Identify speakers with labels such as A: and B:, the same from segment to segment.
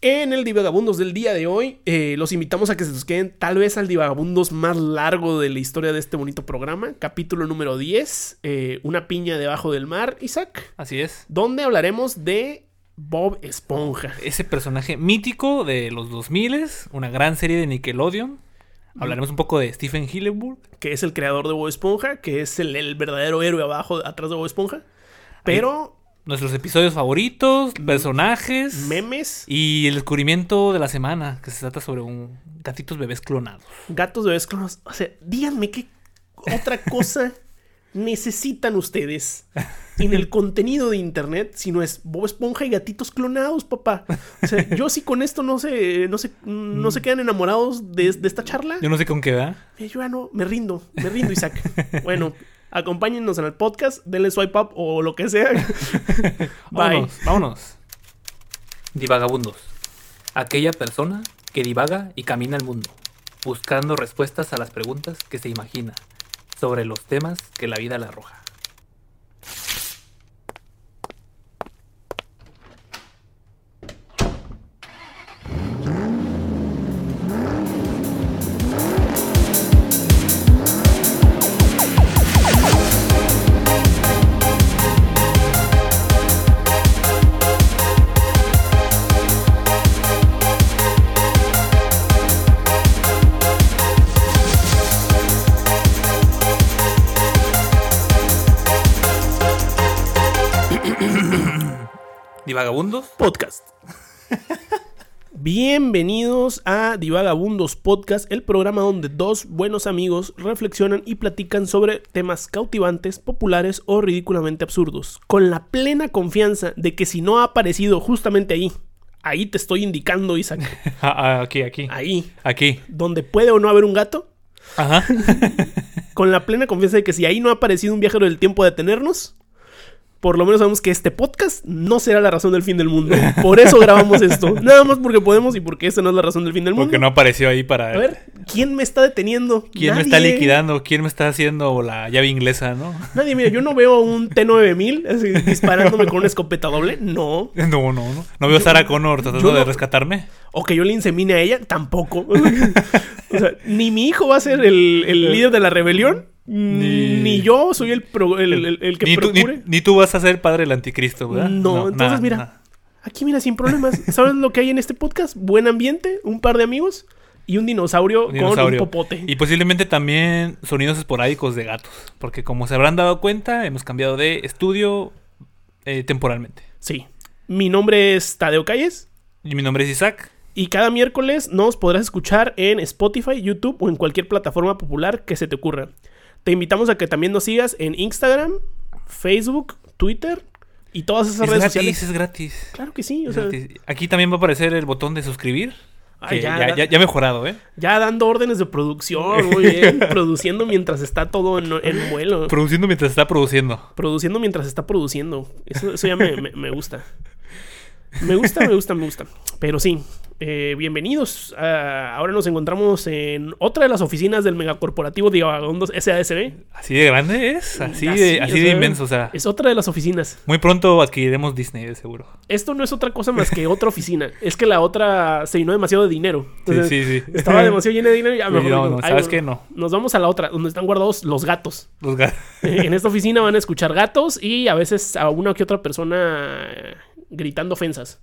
A: En el Divagabundos del día de hoy, eh, los invitamos a que se nos queden tal vez al Divagabundos más largo de la historia de este bonito programa, capítulo número 10, eh, Una piña debajo del mar, Isaac,
B: Así es.
A: donde hablaremos de Bob Esponja.
B: Ese personaje mítico de los 2000, una gran serie de Nickelodeon. Hablaremos un poco de Stephen Hillenburg.
A: que es el creador de Bob Esponja, que es el, el verdadero héroe abajo, atrás de Bob Esponja. Pero
B: Nuestros episodios favoritos, personajes.
A: Mm, memes,
B: Y el descubrimiento de la semana, que se trata sobre un gatitos bebés clonados.
A: gatos bebés clonados. O sea, díganme qué otra cosa necesitan ustedes en el contenido de internet si no es Bob Esponja y gatitos clonados, papá. O sea, yo si con esto no se, no se, no se quedan enamorados de, de esta charla.
B: Mm. Yo no sé con qué da.
A: Eh, Yo ya no, me rindo, me rindo, Isaac. Bueno, acompáñennos en el podcast, denle swipe up o lo que sea. Bye.
B: Vámonos, vámonos.
C: Divagabundos. Aquella persona que divaga y camina al mundo, buscando respuestas a las preguntas que se imagina sobre los temas que la vida le arroja. Divagabundos.
A: Podcast. Bienvenidos a Divagabundos Podcast, el programa donde dos buenos amigos reflexionan y platican sobre temas cautivantes, populares o ridículamente absurdos, con la plena confianza de que si no ha aparecido justamente ahí, ahí te estoy indicando, Isaac,
B: Ah, ah, aquí, aquí.
A: ahí,
B: Aquí.
A: donde puede o no haber un gato,
B: Ajá.
A: con la plena confianza de que si ahí no ha aparecido un viajero del tiempo a detenernos, por lo menos sabemos que este podcast no será la razón del fin del mundo. Por eso grabamos esto. Nada más porque podemos y porque esta no es la razón del fin del mundo.
B: Porque no apareció ahí para
A: A ver, ¿quién me está deteniendo?
B: ¿Quién me está
A: Nadie.
B: liquidando? ¿Quién me está haciendo la llave inglesa, no?
A: Nadie, mira, yo no veo un T9000 así, disparándome con una escopeta doble. No.
B: No, no, no. No veo a Sarah Connor tratando
A: yo no-
B: de rescatarme.
A: O que yo le insemine a ella, tampoco. o sea, ni mi hijo va a ser el, el líder de la rebelión, ni,
B: Eh, Ni-
A: yo soy el, pro- el, el- el que
B: ni, tú, ni-
A: procure.
B: ni tú vas a ser padre del anticristo, ¿verdad?
A: No, entonces
B: nada,
A: mira,
B: nada.
A: aquí mira, sin problemas. ¿Sabes lo que hay en este podcast? Buen ambiente, un par de amigos y un dinosaurio,
B: Un dinosaurio.
A: con un popote.
B: Y posiblemente también sonidos esporádicos de gatos. Porque como se habrán dado cuenta, hemos cambiado de estudio eh, temporalmente.
A: Sí. Mi nombre es Tadeo Calles
B: Y mi nombre es Isaac.
A: y cada miércoles nos podrás escuchar en Spotify, YouTube o en cualquier plataforma popular que se te ocurra. Te invitamos a que también nos sigas en Instagram, Facebook, Twitter y todas esas
B: Es
A: redes
B: gratis,
A: sociales.
B: es gratis.
A: Claro que sí, o
B: Es
A: sea,
B: gratis. Aquí también va a aparecer el botón de suscribir.
A: Ah,
B: que
A: ya,
B: ya,
A: da-
B: ya- ya ha mejorado, ¿eh?
A: ya dando órdenes de producción, muy bien, produciendo mientras está todo en, en vuelo.
B: Produciendo mientras está produciendo.
A: Produciendo mientras está produciendo. Eso, eso ya me, me- me gusta. Me gusta, me gusta, me gusta. Pero sí, eh, bienvenidos. Ah, ahora nos encontramos en otra de las oficinas del megacorporativo de Vagabundos SASB.
B: Así de grande es, así
A: Así,
B: de,
A: o
B: así de
A: sea,
B: inmenso, o sea.
A: Es otra de las oficinas.
B: Muy pronto adquiriremos Disney, de seguro.
A: Esto no es otra cosa más que otra oficina. Es que la otra se llenó demasiado de dinero.
B: Sí,
A: Entonces,
B: sí, sí.
A: Estaba demasiado llena de dinero. y Ya
B: Sí,
A: mejor
B: no,
A: digo,
B: no,
A: "Ay,
B: ¿sabes
A: bueno".
B: qué? No.
A: Nos vamos a la otra, donde están guardados los gatos.
B: Los gatos.
A: Eh, en esta oficina van a escuchar gatos y a veces a una que otra persona eh, gritando ofensas.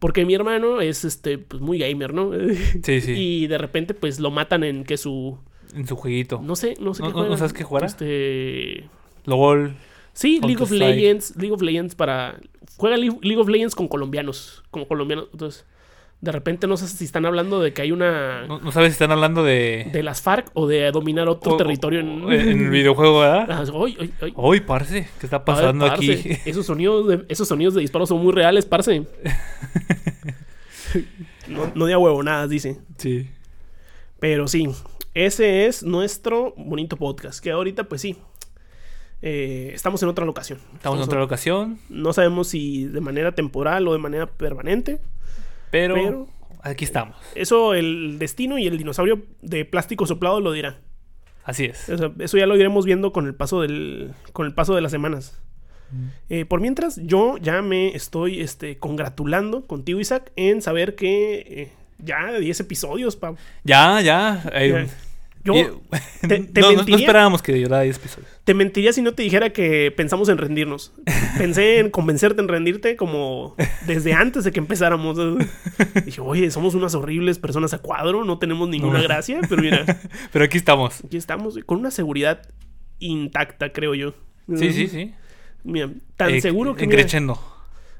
A: Porque mi hermano es este pues muy gamer, ¿no?
B: Sí, sí.
A: Y de repente pues lo matan en que su
B: En su jueguito.
A: no sé, no sé
B: No-
A: qué
B: no-
A: juega.
B: ¿no sabes qué jugará?
A: Este
B: Luego
A: Sí, League of
B: Counter-Strike.
A: Legends, League of Legends para juega Le- League of Legends con colombianos, como colombianos. Entonces, de repente no sé si están hablando de que hay una
B: no, no sabes si están hablando de.
A: de las FARC o de dominar otro
B: o-
A: territorio
B: o- en el videojuego, ¿verdad?
A: Ah, ay, ay, ay.
B: Hoy, parce, ¿qué está
A: A ver,
B: pasando
A: parce,
B: aquí?
A: Esos sonidos, de, esos sonidos de disparos son muy reales, parce. no, no de a huevonadas, dice.
B: Sí.
A: Pero sí, ese es nuestro bonito podcast. Que ahorita, pues sí, eh, estamos en otra locación.
B: Estamos en otra ocasión,
A: No sabemos si de manera temporal o de manera permanente.
B: pero,
A: Pero-
B: aquí estamos.
A: Eso el destino y el dinosaurio de plástico soplado lo dirá.
B: Así es.
A: O sea, eso ya lo iremos viendo con el paso del, con el paso de las semanas. Eh, por mientras, yo ya me estoy este, congratulando contigo, Isaac, en saber que eh, ya 10 episodios, Pau.
B: Ya, ya. eh,
A: Yo
B: y-
A: te- te
B: no, no- no
A: mentiría.
B: esperábamos que durara 10 episodios.
A: te mentiría si no te dijera que pensamos en rendirnos. Pensé en convencerte en rendirte como desde antes de que empezáramos. Dije, oye, somos unas horribles personas a cuadro, no tenemos ninguna
B: No.
A: gracia, pero mira,
B: Pero aquí estamos.
A: aquí estamos con una seguridad intacta, creo yo.
B: Sí, sí, sí.
A: Mira, tan
B: Eh,
A: seguro que
B: En
A: mira,
B: crescendo.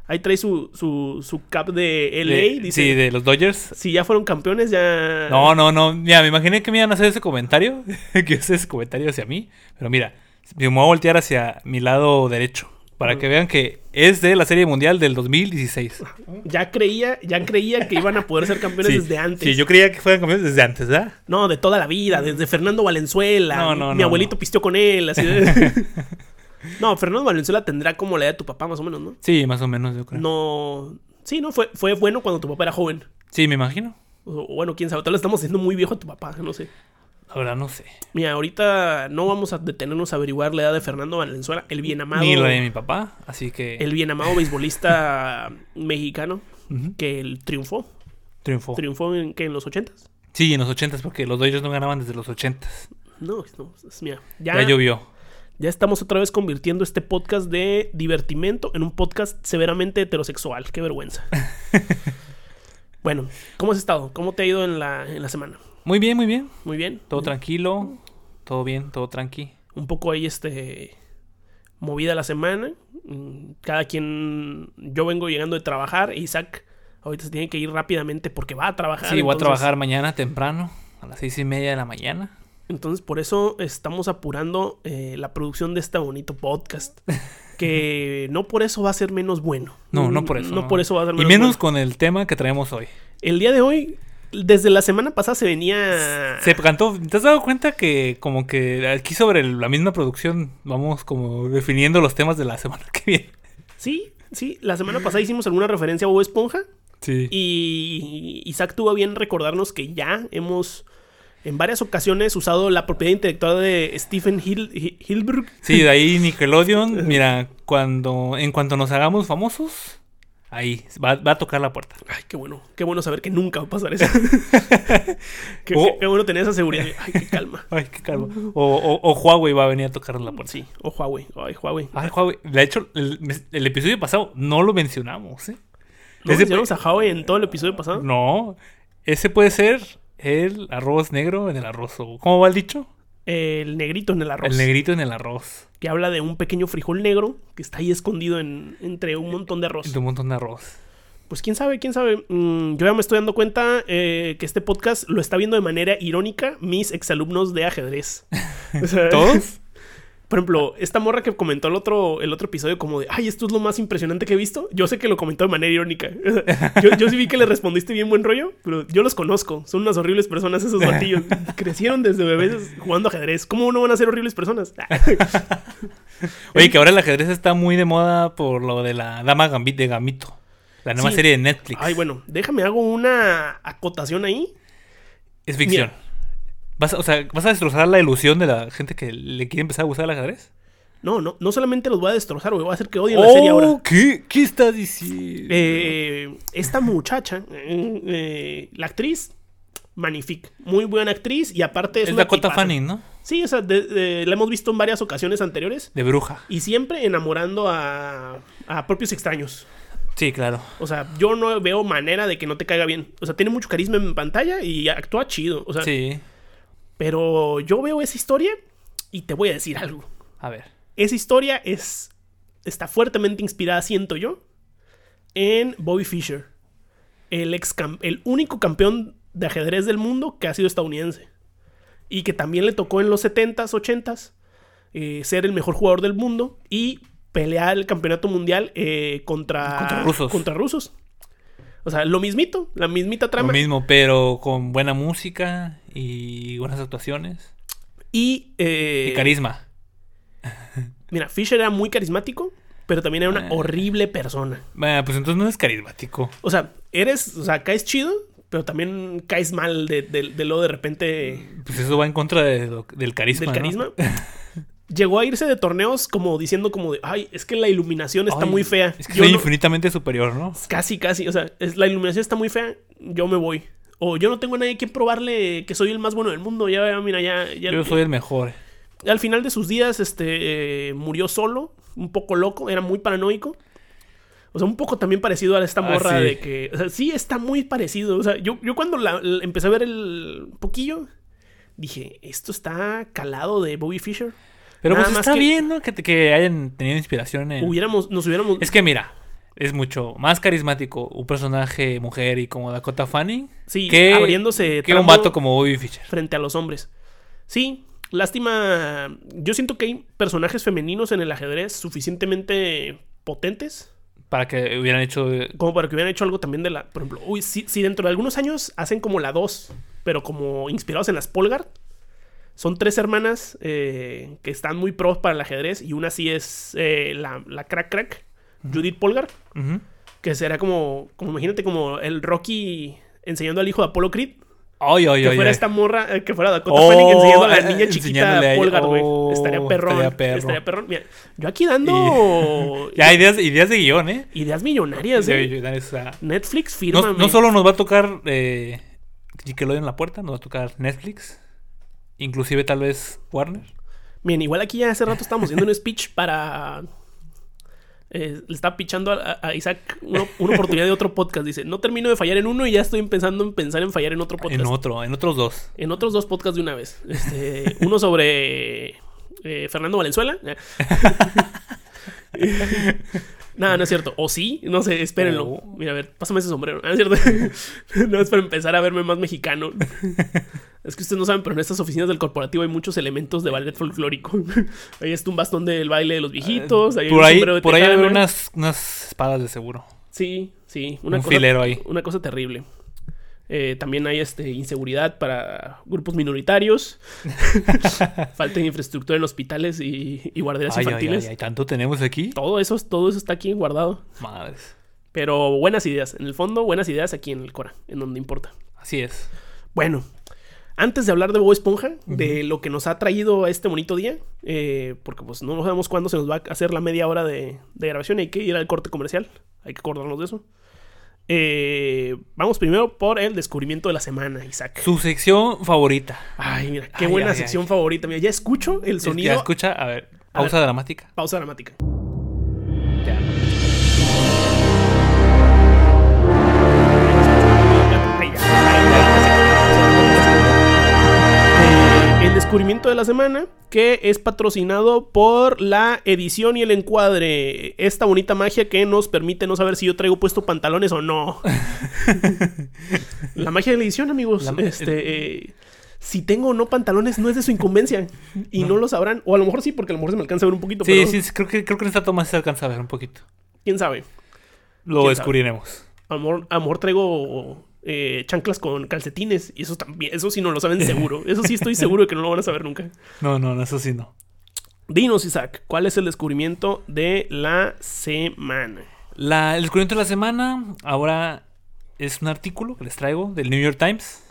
A: ahí trae su, su, su cap de LA,
B: De-
A: dice, Ah.
B: Sí, de los Dodgers.
A: si ya fueron campeones, ya...
B: No, no, no. Mira, me imaginé que me iban a hacer ese comentario. que hice ese comentario hacia mí. Pero mira, me voy a voltear hacia mi lado derecho. Para que vean que es de la Serie Mundial del 2016.
A: Ya creía, ya creía que iban a poder ser campeones
B: Sí,
A: desde antes.
B: Sí, yo creía que fueran campeones desde antes, ¿verdad?
A: No, de toda la vida, desde Fernando Valenzuela.
B: No, no,
A: mi
B: no,
A: abuelito
B: no.
A: pisteó con él. Así de- no, Fernando Valenzuela tendrá como la edad de tu papá, más o menos, ¿no?
B: Sí, más o menos, yo creo.
A: No. Sí, no, fue, fue bueno cuando tu papá era joven.
B: Sí, me imagino.
A: O, o bueno, quién sabe, tal vez estamos haciendo muy viejo a tu papá, no sé.
B: La verdad, no sé.
A: Mira, ahorita no vamos a detenernos a averiguar la edad de Fernando Valenzuela, el bien amado.
B: Ni la de mi papá, así que
A: El bien amado beisbolista mexicano
B: Ujú. Oh.
A: que él triunfó.
B: triunfó.
A: Triunfó en, ¿qué, en los ochentas.
B: sí, en los ochentas, porque los Dodgers no ganaban desde los ochentas.
A: No, no, es- mira.
B: Ya, llovió.
A: Ya estamos otra vez convirtiendo este podcast de divertimento en un podcast severamente heterosexual. Qué vergüenza. bueno, ¿cómo has estado? ¿Cómo te ha ido en la, en la semana?
B: Muy bien, muy bien.
A: Muy bien.
B: Todo tranquilo. Todo bien, todo tranqui.
A: Un poco ahí, este. movida la semana. Mm, Cada quien. Yo vengo llegando de trabajar. e Isaac ahorita se tiene que ir rápidamente porque va a trabajar.
B: Sí, voy a
A: entonces-
B: trabajar mañana temprano, a las seis y media de la mañana.
A: Entonces, por eso estamos apurando eh, la producción de este bonito podcast. Que no por eso va a ser menos bueno.
B: No, no por eso.
A: Mm, No, por eso va a ser
B: Y
A: menos
B: menos
A: bueno.
B: con el tema que traemos hoy.
A: El día de hoy, desde la semana pasada se venía.
B: Se cantó. ¿Te has dado cuenta que, como que aquí sobre el- la misma producción, vamos como definiendo los temas de la semana que viene?
A: Sí, sí. La semana pasada hicimos alguna referencia a Bob Esponja.
B: Sí.
A: Y Isaac tuvo a bien recordarnos que ya hemos en varias ocasiones usado la propiedad intelectual de Stephen Hil- Hi- Hilberg.
B: Sí, de ahí Nickelodeon, mira, cuando en cuanto nos hagamos famosos, ahí va, va a tocar la puerta.
A: Ay, qué bueno. Qué bueno saber que nunca va a pasar eso. qué,
B: Oh.
A: qué bueno tener esa seguridad. Ay, qué calma.
B: Ay, qué calma. O, o- o Huawei va a venir a tocar la
A: Pues
B: puerta.
A: Sí, o Huawei. Ay, Huawei.
B: Ay, Huawei. De hecho, el, el episodio pasado no lo mencionamos, ¿eh?
A: ¿No
B: ese-
A: mencionamos a Huawei en todo el episodio pasado?
B: No, ese puede ser el arroz negro en el arroz. o- ¿Cómo va el dicho?
A: El negrito en el arroz.
B: El negrito en el arroz.
A: que habla de un pequeño frijol negro que está ahí escondido en, entre un montón de arroz.
B: De un montón de arroz.
A: Pues quién sabe, quién sabe. Mm, yo ya me estoy dando cuenta eh, que este podcast lo está viendo de manera irónica mis exalumnos de ajedrez. O sea,
B: ¿Todos?
A: Por ejemplo, esta morra que comentó el otro, el otro episodio como de, ay, esto es lo más impresionante que he visto. Yo sé que lo comentó de manera irónica. yo, yo sí vi que le respondiste bien buen rollo, pero yo los conozco. Son unas horribles personas esos batillos. Crecieron desde bebés jugando ajedrez. ¿Cómo no van a ser horribles personas?
B: Oye, que ahora el ajedrez está muy de moda por lo de la dama Gambit de Gamito. La nueva
A: Sí.
B: serie de Netflix.
A: Ay, bueno, déjame hago una acotación ahí.
B: Es ficción. Vas a, o sea, ¿vas a destrozar la ilusión de la gente que le quiere empezar a gustar el ajedrez?
A: No, no, no solamente los voy a destrozar, güey, voy a hacer que odien la serie
B: Oh.
A: ahora.
B: ¿qué, ¿Qué estás diciendo?
A: Eh, esta muchacha, eh, eh, la actriz, magnífica, muy buena actriz y aparte es,
B: es
A: una
B: Dakota
A: tipaza.
B: Fanning, ¿no?
A: Sí, o sea, de- de- la hemos visto en varias ocasiones anteriores
B: De bruja.
A: y siempre enamorando a, a propios extraños.
B: Sí, claro.
A: O sea, yo no veo manera de que no te caiga bien. O sea, tiene mucho carisma en pantalla y actúa chido. O sea,
B: Sí.
A: pero yo veo esa historia y te voy a decir algo.
B: A ver.
A: Esa historia es, está fuertemente inspirada, siento yo, en Bobby Fischer, el, ex cam- el único campeón de ajedrez del mundo que ha sido estadounidense. Y que también le tocó en los 70s, 80s eh, ser el mejor jugador del mundo y pelear el campeonato mundial eh, contra,
B: Contra rusos.
A: contra rusos. O sea, lo mismito, la mismita
B: Lo
A: trama.
B: mismo, pero con buena música y buenas actuaciones.
A: y, eh,
B: y carisma.
A: mira, Fischer era muy carismático, pero también era una
B: Ah.
A: horrible persona.
B: Bueno, pues entonces no es carismático.
A: O sea, eres, o sea, caes chido, pero también caes mal de, de, de lo de repente
B: Pues eso va en contra de lo- del carisma.
A: del
B: ¿no?
A: carisma. llegó a irse de torneos como diciendo como de, ay, es que la iluminación está
B: Ay,
A: muy fea.
B: Es que
A: Yo
B: soy
A: no-
B: infinitamente superior, ¿no?
A: Casi, casi. O sea, es, la iluminación está muy fea. Yo me voy. O yo no tengo a nadie que probarle que soy el más bueno del mundo. Ya, ya, mira, ya. ya-
B: Yo soy el mejor.
A: Al final de sus días, este eh, murió solo, un poco loco, era muy paranoico. O sea, un poco también parecido a esta
B: Ah,
A: morra
B: sí.
A: de que. O sea, sí está muy parecido. O sea, yo, yo cuando la, la- empecé a ver el poquillo, dije, esto está calado de Bobby Fischer.
B: Pero
A: Nada
B: pues
A: más
B: está
A: que-
B: bien, ¿no? Que, te- que hayan tenido inspiración en...
A: Hubiéramos, nos hubiéramos.
B: Eh. Es que mira, es mucho más carismático un personaje mujer y como Dakota Fanning
A: sí,
B: que,
A: abriéndose.
B: que un
A: tramo-
B: vato como Bobby Fischer.
A: frente a los hombres. Sí, lástima. Yo siento que hay personajes femeninos en el ajedrez suficientemente potentes
B: Para que hubieran hecho...
A: como para que hubieran hecho algo también de la. Por ejemplo, uy, si, si dentro de algunos años hacen como la 2, pero como inspirados en las Polgar. Son tres hermanas eh, que están muy pros para el ajedrez y una sí es eh, la, la crack crack, Judith Polgar,
B: Ujú.
A: que será como, como, imagínate, como el Rocky enseñando al hijo de Apollo Creed,
B: Ay, ay,
A: que
B: ay,
A: fuera
B: ay.
A: esta morra, eh, que fuera Dakota
B: Oh,
A: Fanning enseñando a la
B: eh,
A: niña chiquita
B: enseñándole ahí.
A: Polgar, güey.
B: Oh,
A: estaría perrón. Estaría
B: estaría
A: perrón.
B: perro.
A: Mira, yo aquí dando
B: Ya, ideas, ideas de guión, ¿eh?
A: ideas millonarias,
B: De-
A: eh.
B: de- de- o sea,
A: Netflix,
B: no,
A: fírmame.
B: no solo nos va a tocar eh, Nickelodeon en la puerta, nos va a tocar Netflix, inclusive tal vez Warner.
A: Miren, igual aquí ya hace rato estábamos haciendo un speech para... eh, le estaba pichando a, a Isaac una, una oportunidad de otro podcast. Dice, no termino de fallar en uno y ya estoy pensando en pensar en fallar en otro podcast.
B: En otro, en otros dos.
A: en otros dos podcasts de una vez. Este, uno sobre eh, Fernando Valenzuela. Nada, no es cierto. O sí, no sé, espérenlo.
B: O-
A: Mira, a ver, pásame ese sombrero. Ah, es cierto. no es para empezar a verme más mexicano. es que ustedes no saben, pero en estas oficinas del corporativo hay muchos elementos de ballet folclórico. ahí está un bastón del baile de los viejitos. hay
B: Ah, por
A: un
B: ahí,
A: sombrero de
B: por ahí hay
A: tejano. ¿eh?
B: unas, unas espadas de seguro.
A: Sí, sí.
B: un filero ahí.
A: Una cosa terrible. Eh, también hay este, inseguridad para grupos minoritarios. Falta de infraestructura en hospitales y, y guarderías
B: Ay, ay,
A: infantiles.
B: ay, ay, tanto tenemos aquí.
A: Todo eso, todo eso está aquí guardado.
B: Madres.
A: Pero buenas ideas. En el fondo, buenas ideas aquí en el Cora, en donde importa.
B: Así es.
A: Bueno, antes de hablar de Bob Esponja, de lo que nos ha traído a este bonito día, eh, porque pues no sabemos cuándo se nos va a hacer la media hora de, de grabación, hay que ir al corte comercial, hay que acordarnos de eso. Eh, vamos primero por el descubrimiento de la semana, Isaac.
B: Su sección favorita.
A: Ay, mira, qué
B: Ay,
A: buena
B: ay,
A: sección
B: ay.
A: favorita. Mira, ya escucho el
B: Es que
A: sonido.
B: Ya escucha, a ver, pausa dramática.
A: Pausa dramática.
B: Ya.
A: Ay, ya, ay, ya. Eh, El descubrimiento de la semana que es patrocinado por la edición y el encuadre. Esta bonita magia que nos permite no saber si yo traigo puesto pantalones o no. la magia de la edición, amigos.
B: La ma-
A: este, eh, si tengo o no pantalones no es de su incumbencia y no. lo sabrán. O a lo mejor sí, porque a lo mejor se me alcanza a ver un poquito.
B: Sí,
A: pero
B: sí, sí, creo que, creo que en esta toma se alcanza a ver un poquito.
A: ¿Quién sabe?
B: Lo
A: ¿Quién sabe?
B: descubriremos.
A: A lo mejor, a lo mejor traigo eh, chanclas con calcetines. Y eso también, eso sí no lo saben seguro. Eso sí estoy seguro de que no lo van a saber nunca.
B: No, no, no, eso sí no.
A: Dinos, Isaac, ¿cuál es el descubrimiento de la semana?
B: La- el descubrimiento de la semana ahora es un artículo que les traigo del New York Times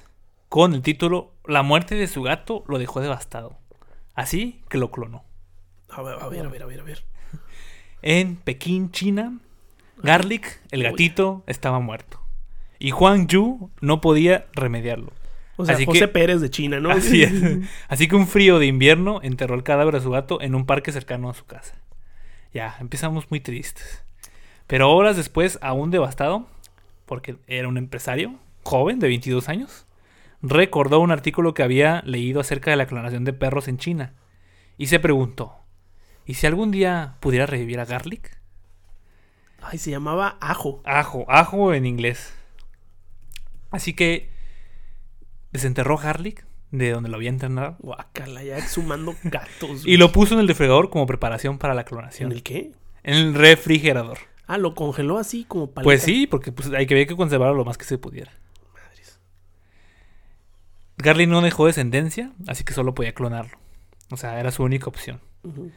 B: con el título La muerte de su gato lo dejó devastado. Así que lo clonó.
A: A ver, a ver, a ver, a ver. a ver.
B: En Pekín, China, Garlic, el gatito, estaba muerto. Y Juan Yu no podía remediarlo.
A: O sea,
B: Así
A: José
B: que-
A: Pérez de China, ¿no?
B: Así es. Así que un frío de invierno enterró el cadáver de su gato en un parque cercano a su casa. Ya, empezamos muy tristes. Pero horas después, aún devastado, porque era un empresario joven de 22 años, recordó un artículo que había leído acerca de la clonación de perros en China y se preguntó, ¿y si algún día pudiera revivir a Garlic?
A: Ay, se llamaba Ajo.
B: Ajo, ajo en inglés. Así que desenterró a Garlic de donde lo había enterrado
A: Guacala, ya exhumando gatos.
B: Y lo puso en el refrigerador como preparación para la clonación.
A: ¿En el qué?
B: En el refrigerador.
A: Ah, lo congeló así como paleta.
B: Pues sí, porque pues, hay que, había que conservarlo lo más que se pudiera. Garly no dejó descendencia, así que solo podía clonarlo. O sea, era su única opción.
A: Ujú.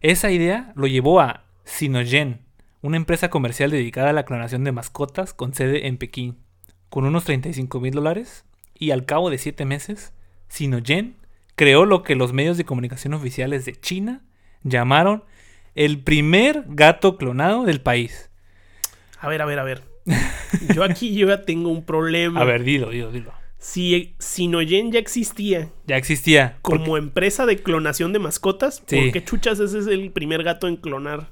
B: Esa idea lo llevó a Sinogen, una empresa comercial dedicada a la clonación de mascotas con sede en Pekín, con unos 35 mil dólares. Y al cabo de 7 meses, Sinogen creó lo que los medios de comunicación oficiales de China llamaron el primer gato clonado del país.
A: A ver, a ver, a ver. Yo aquí yo ya tengo un problema.
B: A ver, dilo, dilo, dilo.
A: Si Sinoyen ya existía
B: Ya existía.
A: como
B: porque-
A: empresa de clonación de mascotas,
B: Sí.
A: ¿por qué chuchas ese es el primer gato en clonar?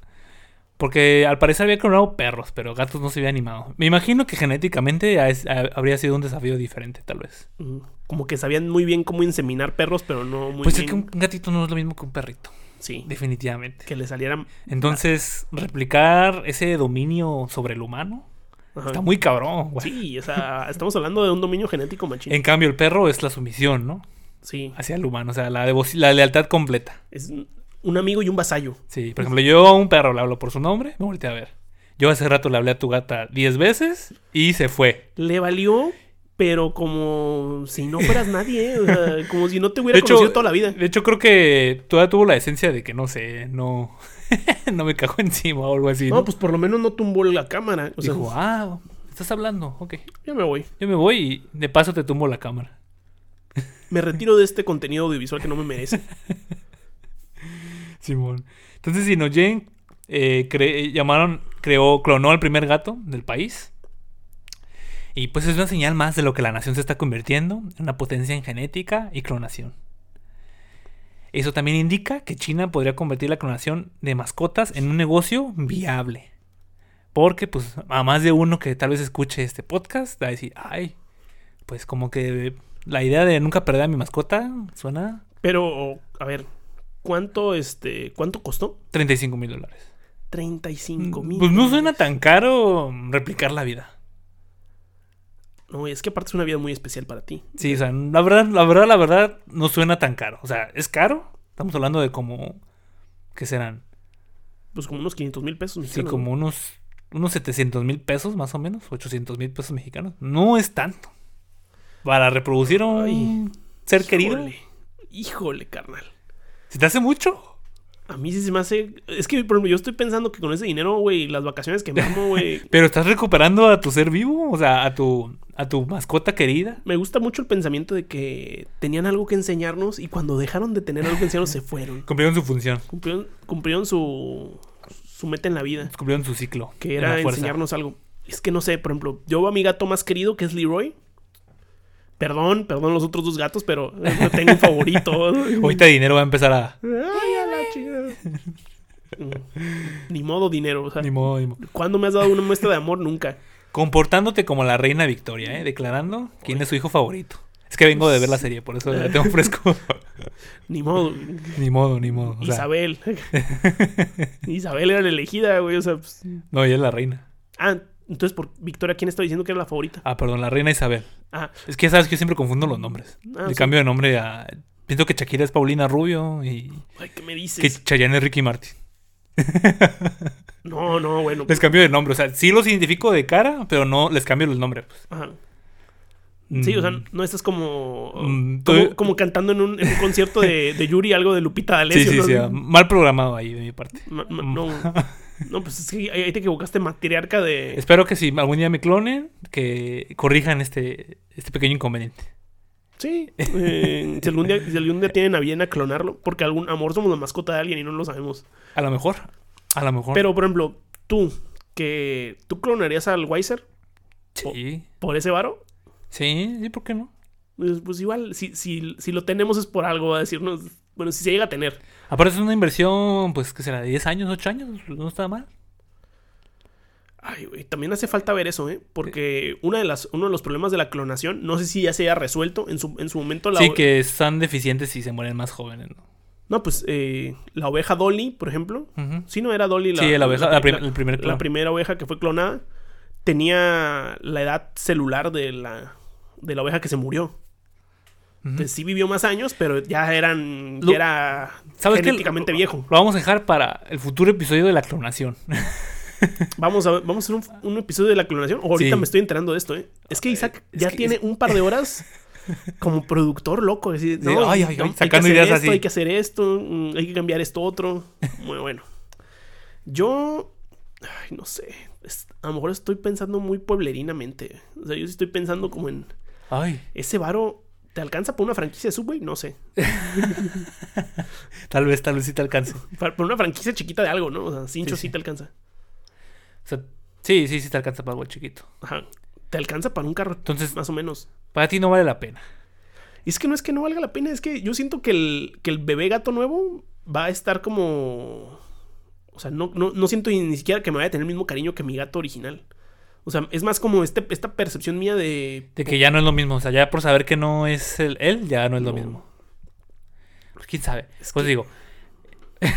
B: Porque al parecer había clonado perros, pero gatos no se había animado. Me imagino que genéticamente a- es- a- habría sido un desafío diferente, tal vez.
A: Mm, Como que sabían muy bien cómo inseminar perros, pero no muy
B: pues
A: bien.
B: es que un gatito no es lo mismo que un perrito,
A: Sí,
B: definitivamente.
A: que le salieran.
B: Entonces, replicar ese dominio sobre el humano
A: Ajá.
B: está muy cabrón, güey.
A: Sí, o sea, estamos hablando de un dominio genético machín.
B: En cambio, el perro es la sumisión, ¿no?
A: Sí,
B: Hacia el humano, o sea, la, devo- la lealtad completa.
A: es un amigo y un vasallo.
B: Sí, por ejemplo, yo a un perro le hablo por su nombre, me volteé a ver. Yo hace rato le hablé a tu gata 10 veces y se fue.
A: Le valió, pero como si no fueras nadie, ¿eh? o sea, como si no te hubiera
B: De hecho-
A: conocido toda la vida.
B: De hecho, creo que todavía tuvo la esencia de que no sé, no, no me cagó encima o algo así.
A: No,
B: ¿no?
A: pues por lo menos no tumbó la cámara. O sea,
B: Dijo, ah, estás hablando, ok.
A: ya me voy.
B: Yo me voy y de paso te tumbo la cámara.
A: Me retiro de este contenido audiovisual que no me merece.
B: Simón. Entonces, Inoyen eh, cre- llamaron, creó, clonó al primer gato del país. Y pues es una señal más de lo que la nación se está convirtiendo, en una potencia en genética y clonación. Eso también indica que China podría convertir la clonación de mascotas en un negocio viable. Porque pues a más de uno que tal vez escuche este podcast va a decir, ay, pues como que la idea de nunca perder a mi mascota suena
A: Pero, a ver, ¿cuánto este cuánto costó?
B: 35 mil dólares.
A: 35 mil.
B: Pues no suena tan caro replicar la vida.
A: No, es que aparte es una vida muy especial para ti.
B: Sí, o sea, la verdad, la verdad, la verdad, no suena tan caro. O sea, es caro. Estamos hablando de como. ¿Qué serán?
A: Pues como unos 500 mil pesos.
B: Sí,
A: mexicanos,
B: como unos. Unos 700 mil pesos más o menos. 800 mil pesos mexicanos. No es tanto. Para reproducir a un
A: Ay,
B: ser
A: ¿no?
B: querido.
A: Híjole, híjole, carnal.
B: ¿Se te hace mucho?
A: A mí sí se me hace. Es que por ejemplo, yo estoy pensando que con ese dinero, güey, las vacaciones que me amo, güey.
B: Pero estás recuperando a tu ser vivo. O sea, a tu, a tu mascota querida.
A: Me gusta mucho el pensamiento de que tenían algo que enseñarnos y cuando dejaron de tener algo que enseñarnos se fueron.
B: Cumplieron su función.
A: Cumplieron, cumplieron su, su meta en la vida,
B: Cumplieron su ciclo.
A: que
B: en
A: era
B: la fuerza.
A: enseñarnos algo. Es que no sé, por ejemplo, yo veo a mi gato más querido, que es Leroy. Perdón, perdón los otros dos gatos, pero eh, tengo un favorito.
B: Ahorita dinero va a empezar a.
A: Ay, a la chingada. Mm. Ni modo dinero, o sea,
B: Ni modo, ni modo.
A: ¿cuándo me has dado una muestra de amor? Nunca.
B: Comportándote como la reina Victoria, ¿eh? Declarando quién es su hijo favorito. Es que vengo de ver la serie, por eso la tengo fresco.
A: Ni modo.
B: ni modo, ni modo. O sea,
A: Isabel. Isabel era la elegida, güey. O sea, pues,
B: no, ella es la reina.
A: Ah, entonces por Victoria, ¿quién está diciendo que era la favorita?
B: Ah, perdón, la reina Isabel.
A: Ah,
B: Es que ya sabes que yo siempre confundo los nombres.
A: Ah,
B: Le
A: sí.
B: cambio de nombre a... Pienso que Shakira es Paulina Rubio y
A: ay, ¿qué me
B: que
A: dices?
B: Chayanne es Ricky Martin.
A: No, no, bueno.
B: Les cambio de nombre. O sea, sí los identifico de cara, pero no les cambio los nombres. pues.
A: ajá. Sí, o sea,
B: Mm.
A: no estás como
B: Mm,
A: como,
B: tú-
A: como cantando en un, en un concierto de, de Yuri algo de Lupita
B: Sí,
A: D'Alessio.
B: sí,
A: ¿no?
B: sí. ah, mm. Mal programado ahí de mi parte.
A: Ma- ma- no, no, pues es que ahí ahí te equivocaste matriarca de...
B: Espero que si algún día me clonen, que corrijan este, este pequeño inconveniente.
A: Sí. eh, si, algún día, si algún día tienen a bien a clonarlo, porque algún amor somos la mascota de alguien y no lo sabemos.
B: A lo mejor. A lo mejor.
A: Pero, por ejemplo, tú, que tú clonarías al Weiser
B: Sí.
A: por ese varo,
B: Sí, sí, ¿por qué no?
A: pues, pues igual, si, si, si lo tenemos es por algo, va a decirnos, bueno, si se llega a tener.
B: Aparte es una inversión, pues, que será? ¿10 años, 8 años? No está mal.
A: Ay, güey, también hace falta ver eso, ¿eh? Porque una de las, uno de los problemas de la clonación, no sé si ya se haya resuelto en su, en su momento la...
B: Sí,
A: o-
B: que están deficientes y se mueren más jóvenes, ¿no?
A: No, pues eh, la oveja Dolly, por ejemplo.
B: Ujú.
A: Sí, no era Dolly la...
B: Sí, la oveja- la prim-
A: la-
B: el
A: la
B: primer clon.
A: primera oveja que fue clonada tenía la edad celular de la, de la oveja que se murió. Entonces sí vivió más años, pero ya eran... ya
B: Lo-
A: era
B: ¿Sabes qué?
A: genéticamente viejo.
B: Lo vamos a dejar para el futuro episodio de la clonación.
A: Vamos a, vamos a hacer un, un episodio de la clonación. Oh, Ahorita
B: Sí.
A: me estoy enterando de esto, ¿eh? Es que Isaac
B: es
A: ya
B: que-
A: tiene
B: es-
A: un par de horas como productor loco. así,
B: Sí, ay, ay, ay,
A: hay que
B: sacando
A: hacer
B: ideas
A: esto,
B: así.
A: Hay que hacer esto, mm, hay que cambiar esto otro. Muy bueno. Yo, ay, no sé. es- a lo mejor estoy pensando muy pueblerinamente. O sea, yo sí estoy pensando como en
B: Ay.
A: ese varo. ¿Te alcanza por una franquicia de Subway? No sé.
B: Tal vez, tal vez sí te alcance. O
A: Para- Por una franquicia chiquita de algo, ¿no? O sea, Cincho sí,
B: Sí, sí.
A: te alcanza.
B: sea, sí, sí, sí te alcanza para algo chiquito.
A: Ajá. Te alcanza para un carro,
B: Entonces,
A: más o menos.
B: para ti no vale la pena.
A: Y es que no es que no valga la pena, es que yo siento que el, que el bebé gato nuevo va a estar como. O sea, no, no, no siento ni siquiera que me vaya a tener el mismo cariño que mi gato original. O sea, es más como este, esta percepción mía de.
B: De que ya no es lo mismo. O sea, ya por saber que no es el, él, ya no es lo
A: No.
B: mismo. Pues quién sabe.
A: Es
B: pues
A: que-
B: digo.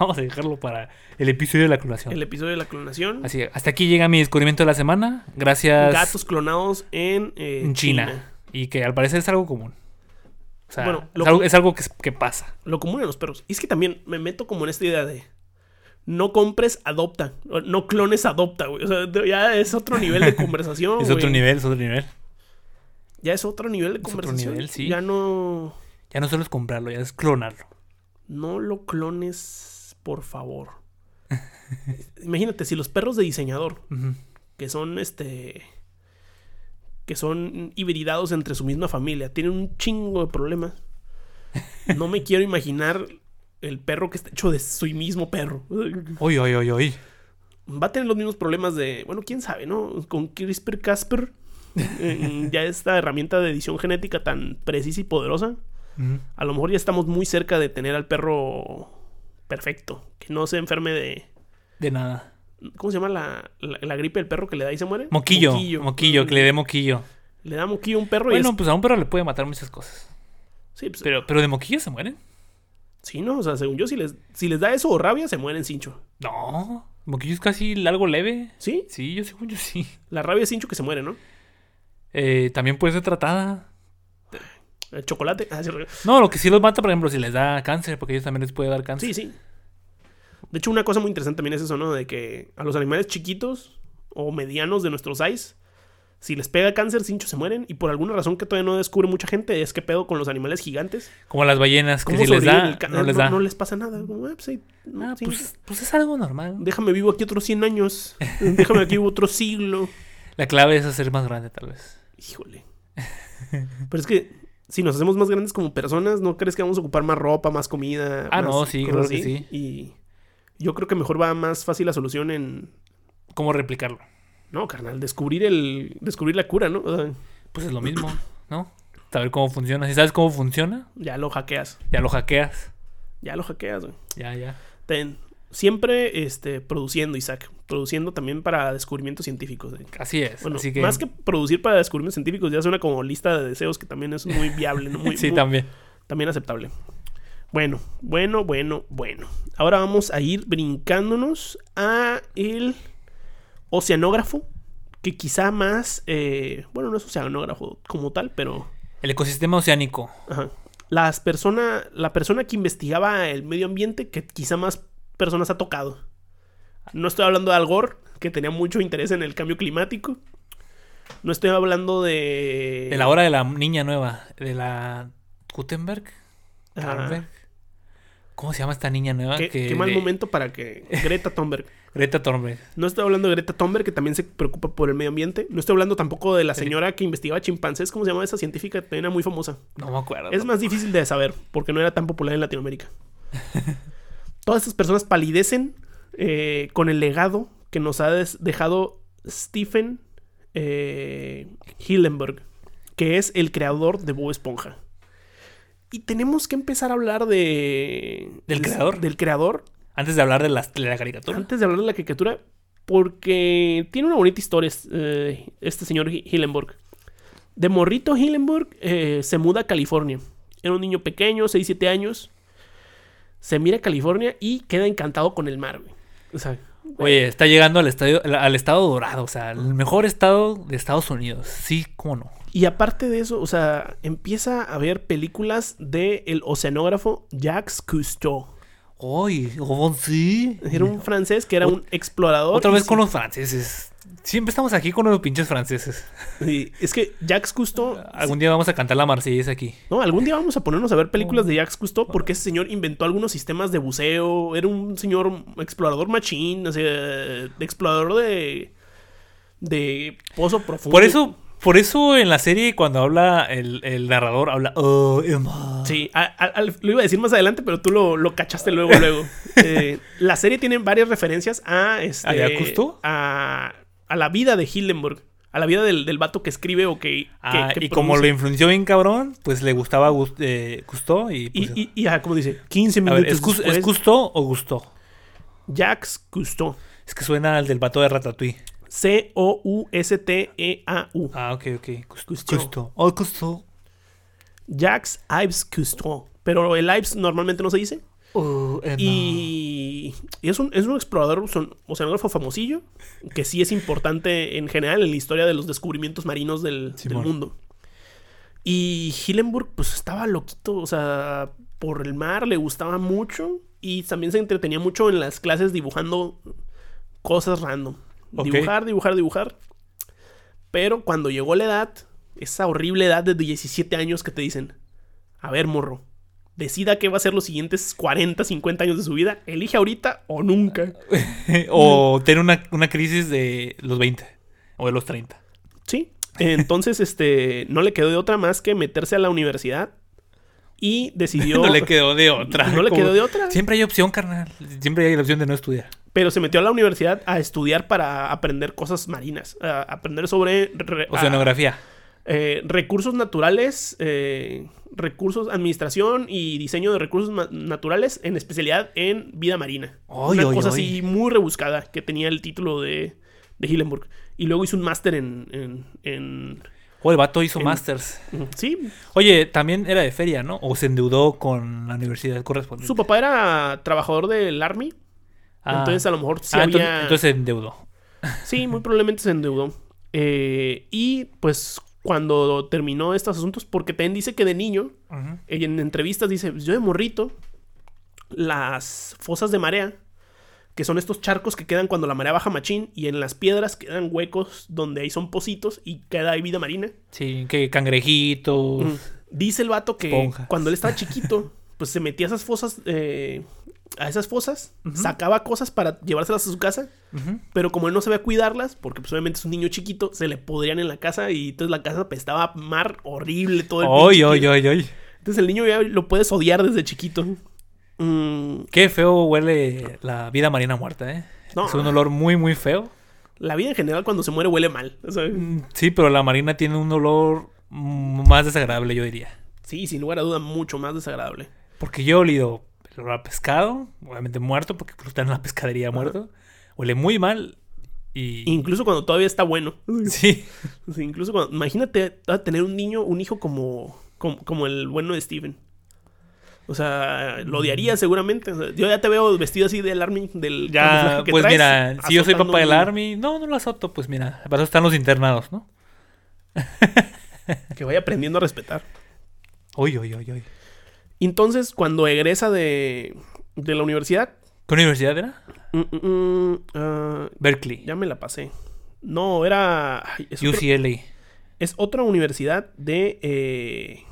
B: Vamos a dejarlo para el episodio de la clonación.
A: El episodio de la clonación.
B: Así, hasta aquí llega mi descubrimiento de la semana. Gracias.
A: Gatos clonados en, eh,
B: en China. Y que al parecer es algo común. O sea,
A: Bueno, lo
B: es algo,
A: com-
B: es algo que, que pasa.
A: Lo común en los perros. Y es que también me meto como en esta idea de. No compres, adopta. O No clones, adopta, güey. O sea, de- ya es otro nivel de conversación.
B: es otro
A: güey.
B: nivel, es otro nivel.
A: Ya es otro nivel de
B: otro
A: conversación.
B: nivel, sí.
A: Ya no.
B: Ya no solo es comprarlo, ya es clonarlo.
A: No lo clones, por favor. Imagínate, si los perros de diseñador,
B: Ujú.
A: que son este. que son hibridados entre su misma familia, tienen un chingo de problemas. No me quiero imaginar el perro que está hecho de su mismo perro.
B: Uy, uy, uy, uy.
A: Va a tener los mismos problemas de. Bueno, quién sabe, ¿no? Con CRISPR Casper. eh, ya esta herramienta de edición genética tan precisa y poderosa.
B: Ujú.
A: A lo mejor ya estamos muy cerca de tener al perro perfecto, que no se enferme de...
B: De nada.
A: ¿Cómo se llama la, la- la gripe del perro que le da y se muere?
B: Moquillo. Moquillo, que le dé moquillo.
A: Le da moquillo a un perro y
B: Bueno,
A: es-
B: pues a un perro le puede matar muchas cosas.
A: Sí, pues,
B: Pero, pero de moquillo se mueren.
A: sí, no, o sea, según yo, si les, si les da eso o rabia, se mueren cincho.
B: No. Moquillo es casi algo leve.
A: ¿Sí?
B: Sí, yo según yo sí.
A: La rabia es cincho que se muere, ¿no?
B: Eh, también puede ser tratada.
A: El chocolate. ah, sí,
B: No, lo que sí los mata, por ejemplo, si les da cáncer, porque ellos también les puede dar cáncer.
A: sí, sí. De hecho, una cosa muy interesante también es eso, ¿no? De que a los animales chiquitos o medianos de nuestros size, si les pega cáncer, cincho se mueren. Y por alguna razón que todavía no descubre mucha gente, es que pedo con los animales gigantes.
B: Como las ballenas, que
A: ¿Cómo
B: si les
A: sobreviven
B: da,
A: el ca-
B: no les da.
A: pasa nada. Como, ah, pues, ahí, no,
B: Ah,
A: sí.
B: pues, pues es algo normal.
A: Déjame vivo aquí otros 100 años. Déjame aquí otro siglo.
B: La clave es hacer más grande, tal vez.
A: Híjole. Pero es que si nos hacemos más grandes como personas, ¿no crees que vamos a ocupar más ropa, más comida?
B: Ah,
A: más
B: no, sí,
A: cosas
B: claro que
A: así?
B: sí.
A: Y yo creo que mejor va más fácil la solución en.
B: ¿Cómo replicarlo?
A: No, carnal, descubrir el. descubrir la cura, ¿no? O sea,
B: Pues es lo mismo, ¿no? Saber cómo funciona. Si sabes cómo funciona,
A: ya lo hackeas.
B: ya lo hackeas.
A: Ya lo hackeas, güey.
B: Ya, ya.
A: Ten. Siempre este, produciendo, Isaac. Produciendo también para descubrimientos científicos. güey.
B: Así es.
A: Bueno,
B: Así que,
A: más que producir para descubrimientos científicos, ya suena como lista de deseos, que también es muy viable, ¿no? Muy-
B: sí,
A: muy-
B: también.
A: también aceptable. Bueno, bueno, bueno, bueno. Ahora vamos a ir brincándonos a el oceanógrafo, que quizá más, eh, bueno, no es oceanógrafo como tal, pero
B: El ecosistema oceánico.
A: ajá. Las persona, la persona que investigaba el medio ambiente, que quizá más personas ha tocado. No estoy hablando de Al Gore, que tenía mucho interés en el cambio climático. No estoy hablando de...
B: De la hora de la niña nueva. De la Gutenberg.
A: Ajá.
B: Thunberg. ¿Cómo se llama esta niña nueva?
A: Qué,
B: Ah, que-
A: qué mal
B: de-
A: momento para que Greta Thunberg.
B: Greta Thunberg.
A: No estoy hablando de Greta Thunberg, que también se preocupa por el medio ambiente. No estoy hablando tampoco de la señora que investigaba chimpancés, ¿cómo se llama esa científica? También era muy famosa.
B: No me acuerdo.
A: Es más difícil de saber, porque no era tan popular en Latinoamérica. Todas estas personas palidecen eh, con el legado que nos ha des- dejado Stephen eh, Hillenburg, que es el creador de Bob Esponja. Y tenemos que empezar a hablar de...
B: ¿Del
A: de-
B: creador?
A: Del creador,
B: Antes de hablar de la, de la caricatura.
A: antes de hablar de la caricatura, porque tiene una bonita historia es- eh, este señor Hi- Hillenburg. De morrito Hillenburg eh, se muda a California. Era un niño pequeño, 6, 7 años. Se mira a California y queda encantado con el mar, güey. O sea,
B: Oye, está llegando al, estadio, al- al estado dorado. O sea, el mejor estado de Estados Unidos. Sí, cómo no.
A: y aparte de eso, o sea, empieza a ver películas de el oceanógrafo Jacques Cousteau.
B: Uy, oh, sí.
A: Era un francés que era un explorador.
B: Otra
A: y
B: vez
A: sí-
B: con los franceses. Siempre estamos aquí con los pinches franceses.
A: sí, Es que Jacques Cousteau
B: Algún día vamos a cantar la marsellesa aquí.
A: No, algún día vamos a ponernos a ver películas de Jacques Cousteau porque ese señor inventó algunos sistemas de buceo. Era un señor explorador machín, o sea, de explorador de, de pozo profundo.
B: Por eso Por eso en la serie cuando habla el, el narrador, habla... "Oh, Emma".
A: Sí, a- a- al- lo iba a decir más adelante, pero tú lo, lo cachaste luego, luego. Eh, la serie tiene varias referencias a este.
B: ¿A Yakusto?
A: A, a la vida de Hildenburg. A la vida del, del vato que escribe o que. que-
B: Ah,
A: que
B: y como lo
A: produce.
B: influenció bien cabrón, pues le gustaba Gus- eh, Cousteau y... pues,
A: Y, y, y ajá, como dice, 15
B: a
A: minutos.
B: ver, ¿es, Cus-
A: después,
B: ¿es Cousteau o Gusto?
A: Jacques Cousteau.
B: Es que suena al del vato de Ratatouille.
A: E C-O-U-S-T-E-A-U.
B: Ah, ok, ok. Cus-
A: Cousteau.
B: Cousteau. Oh, Cousteau.
A: Jacques Ives Cousteau. Pero el Ives normalmente no se dice.
B: Oh, Emma.
A: Y, y es, un, es un explorador son- oceanógrafo famosillo, que sí es importante en general en la historia de los descubrimientos marinos del, del
B: Simón.
A: mundo. Y Hillenburg, pues estaba loquito, o sea, por el mar le gustaba mucho y también se entretenía mucho en las clases dibujando cosas random.
B: Ok.
A: Dibujar, dibujar, dibujar. Pero cuando llegó la edad, esa horrible edad de 17 años que te dicen, a ver, morro, decida qué va a ser los siguientes 40, 50 años de su vida, elige ahorita o nunca.
B: o tener una, una crisis de los 20 o de los 30.
A: Sí. Entonces, este, no le quedó de otra más que meterse a la universidad y decidió...
B: No le quedó de otra.
A: No le quedó de otra.
B: Siempre hay opción, carnal. Siempre hay la opción de no estudiar.
A: Pero se metió a la universidad a estudiar para aprender cosas marinas, a aprender sobre... re- a-
B: Oceanografía.
A: eh, recursos naturales, eh, recursos, administración y diseño de recursos ma- naturales, en especialidad en vida marina.
B: Oy,
A: Una
B: oy,
A: cosa
B: oy.
A: así muy rebuscada que tenía el título de, de Hillenburg. Y luego hizo un máster en, en- en-
B: O el vato hizo
A: En-
B: masters.
A: Sí,
B: Oye, también era de feria, ¿no? O se endeudó con la universidad correspondiente.
A: su papá era trabajador del Army.
B: Ah.
A: Entonces a lo mejor sí
B: Ah,
A: había...
B: entonces, entonces se endeudó.
A: Sí, muy probablemente se endeudó. Eh, y pues cuando terminó estos asuntos, porque también dice que de niño
B: Ujú.
A: Ella en entrevistas dice, yo de morrito, las fosas de marea, que son estos charcos que quedan cuando la marea baja machín, y en las piedras quedan huecos donde ahí son pocitos y queda ahí vida marina.
B: Sí, que cangrejitos.
A: Mm. Dice el vato que
B: Esponjas.
A: cuando él estaba chiquito, pues se metía a esas fosas, eh, a esas fosas, sacaba cosas para llevárselas a su casa,
B: Ujú.
A: pero como él no sabía cuidarlas, porque pues, obviamente es un niño chiquito, se le podrían en la casa y entonces la casa apestaba a mar horrible todo el
B: Oy,
A: pinche
B: oy,
A: tiempo.
B: oy, oy.
A: Entonces el niño ya lo puedes odiar desde chiquito. Mm,
B: Qué feo huele la vida marina muerta, ¿eh?
A: No.
B: Es un olor muy, muy feo.
A: la vida en general cuando se muere huele mal. o sea,
B: Mm, Sí, pero la marina tiene un olor mm, más desagradable, yo diría.
A: sí, sin lugar a duda, mucho más desagradable.
B: Porque yo he olido el olor a pescado, obviamente muerto, porque pues, está en la pescadería muerto. Huele muy mal y...
A: Incluso cuando todavía está bueno.
B: Sí.
A: Sí, incluso cuando, imagínate ah, tener un niño, un hijo como, como, como el bueno de Steven. O sea, lo odiaría seguramente. o sea, yo ya te veo vestido así del army, del
B: Ya,
A: camuflaje que
B: pues
A: traes,
B: mira, si yo soy
A: azotando
B: papá del
A: un-
B: Army, no, no lo azoto, pues mira, para eso están los internados, ¿no?
A: Que vaya aprendiendo a respetar.
B: Oy, oy, oy, oy.
A: Entonces, cuando egresa de, de la universidad,
B: ¿Qué universidad era?
A: mm, mm, mm, ah,
B: Berkeley,
A: Ya me la pasé. No, era. ay, es, otro-
B: UCLA,
A: es otra universidad de. eh,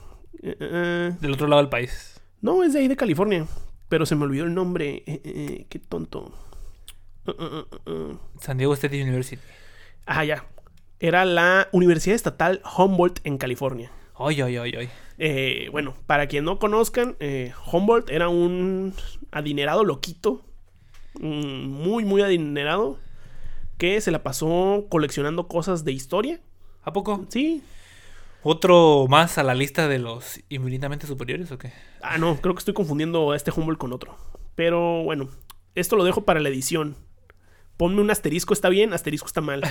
A: eh, eh,
B: del otro lado del país.
A: no, es de ahí de California. Pero se me olvidó el nombre. eh, eh, qué tonto. Eh, eh, eh, eh.
B: San Diego State University.
A: Ah, ya. Era la Universidad Estatal Humboldt en California.
B: Oy, oy, oy, oy.
A: Eh, bueno, para quien no conozcan, eh, Humboldt era un adinerado loquito, mm, muy, muy adinerado, que se la pasó coleccionando cosas de historia.
B: ¿A poco?
A: Sí,
B: ¿Otro más a la lista de los infinitamente superiores o qué?
A: Ah, no, creo que estoy confundiendo a este Humboldt con otro. Pero bueno, esto lo dejo para la edición. Ponme un asterisco está bien, asterisco está mal.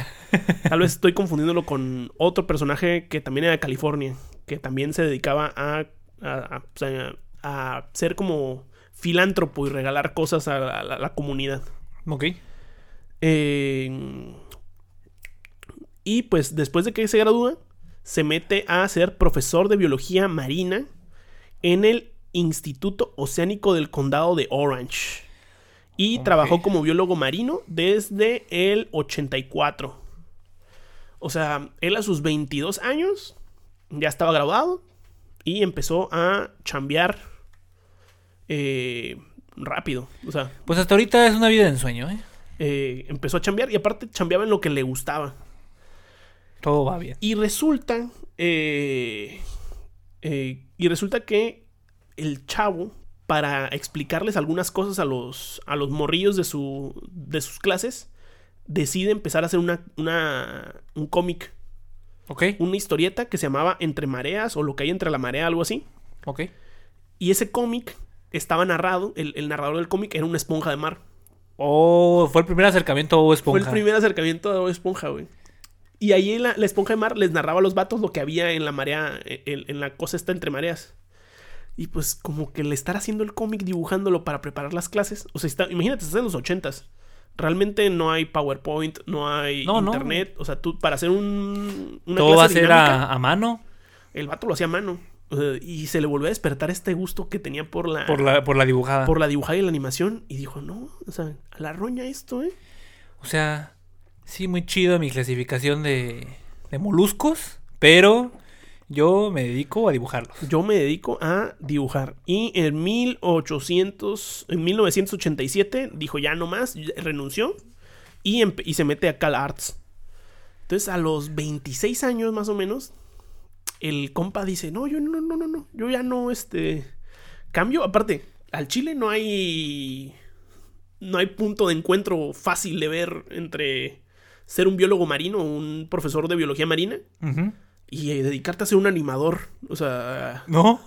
A: Tal vez estoy confundiéndolo con otro personaje que también era de California, que también se dedicaba a, a- a- o sea, a ser como filántropo y regalar cosas a la, a la- a la comunidad.
B: Ok.
A: Eh, y pues después de que se gradúa, se mete a ser profesor de biología marina en el Instituto Oceánico del Condado de Orange. Y
B: Ok.
A: trabajó como biólogo marino desde el 84. O sea, él a sus 22 años ya estaba graduado y empezó a chambear eh, rápido. O sea,
B: Pues hasta ahorita es una vida de ensueño, ¿eh?
A: eh, empezó a chambear y aparte chambeaba en lo que le gustaba.
B: Todo va bien.
A: Y resulta. eh, eh, y resulta que el chavo, para explicarles algunas cosas a los, a los morrillos de, su, de sus clases, decide empezar a hacer una, una- un cómic,
B: ¿Ok?
A: una historieta que se llamaba Entre Mareas o Lo que hay entre la marea, algo así.
B: ¿Ok?
A: Y ese cómic estaba narrado, el, el narrador del cómic era una esponja de mar.
B: Oh, fue el primer acercamiento a Bob
A: Fue
B: Esponja.
A: el primer acercamiento a Bob Esponja, güey. Y ahí la, la esponja de mar les narraba a los vatos lo que había en la marea, en, en la cosa esta entre mareas. Y pues como que el estar haciendo el cómic, dibujándolo para preparar las clases. O sea, está, imagínate, estás en los ochentas. Realmente no hay PowerPoint, no hay
B: No, no.
A: internet. O sea, tú para hacer un, una
B: Todo va a
A: clase
B: ser
A: dinámica,
B: a, a mano
A: el vato lo hacía a mano. O sea, y se le volvió a despertar este gusto que tenía por la,
B: por la, por la dibujada.
A: por la dibujada y la animación. Y dijo, no, o sea, a la roña esto, ¿eh?
B: O sea, sí, muy chido mi clasificación de, de moluscos, pero yo me dedico a dibujarlos.
A: Yo me dedico a dibujar. Y en 1800, en 1987 dijo ya no más, y- renunció y, empe- y se mete a Cal Arts. Entonces a los 26 años más o menos, el compa dice, no, yo no, no, no, no, yo ya no, este, cambio. Aparte, al Chile no hay, no hay punto de encuentro fácil de ver entre ser un biólogo marino, un profesor de biología marina
B: Ujú.
A: y eh, dedicarte a ser un animador. O sea...
B: ¿No?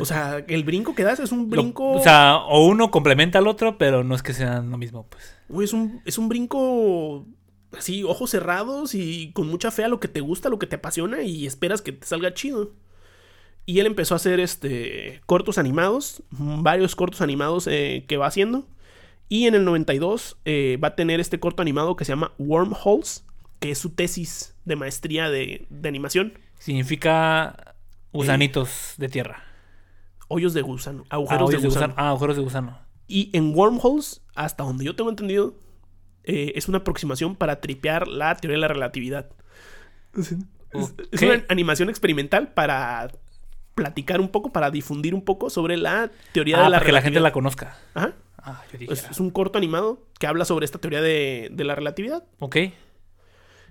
A: O sea, el brinco que das es un
B: Lo-
A: brinco.
B: o sea, o uno complementa al otro, pero no es que sean lo mismo, pues.
A: güey, es un, es un brinco así, ojos cerrados y con mucha fe a lo que te gusta, lo que te apasiona y esperas que te salga chido. Y él empezó a hacer este cortos animados, mm, varios cortos animados eh, que va haciendo. Y en el 92 eh, va a tener este corto animado que se llama Wormholes, que es su tesis de maestría de, de animación.
B: Significa gusanitos de tierra.
A: Hoyos de gusano,
B: Ah,
A: agujeros
B: agujeros
A: de gusano.
B: Ah, agujeros de gusano.
A: Y en Wormholes, hasta donde yo tengo entendido, eh, es una aproximación para tripear la teoría de la relatividad. Es, es
B: Ok.
A: una animación experimental para platicar un poco, para difundir un poco sobre la teoría
B: Ah,
A: de la
B: para que la gente la
A: relatividad. Pues,
B: conozca.
A: Ajá.
B: Ah, yo dije.
A: Es, es un corto animado que habla sobre esta teoría de, de la relatividad.
B: Ok,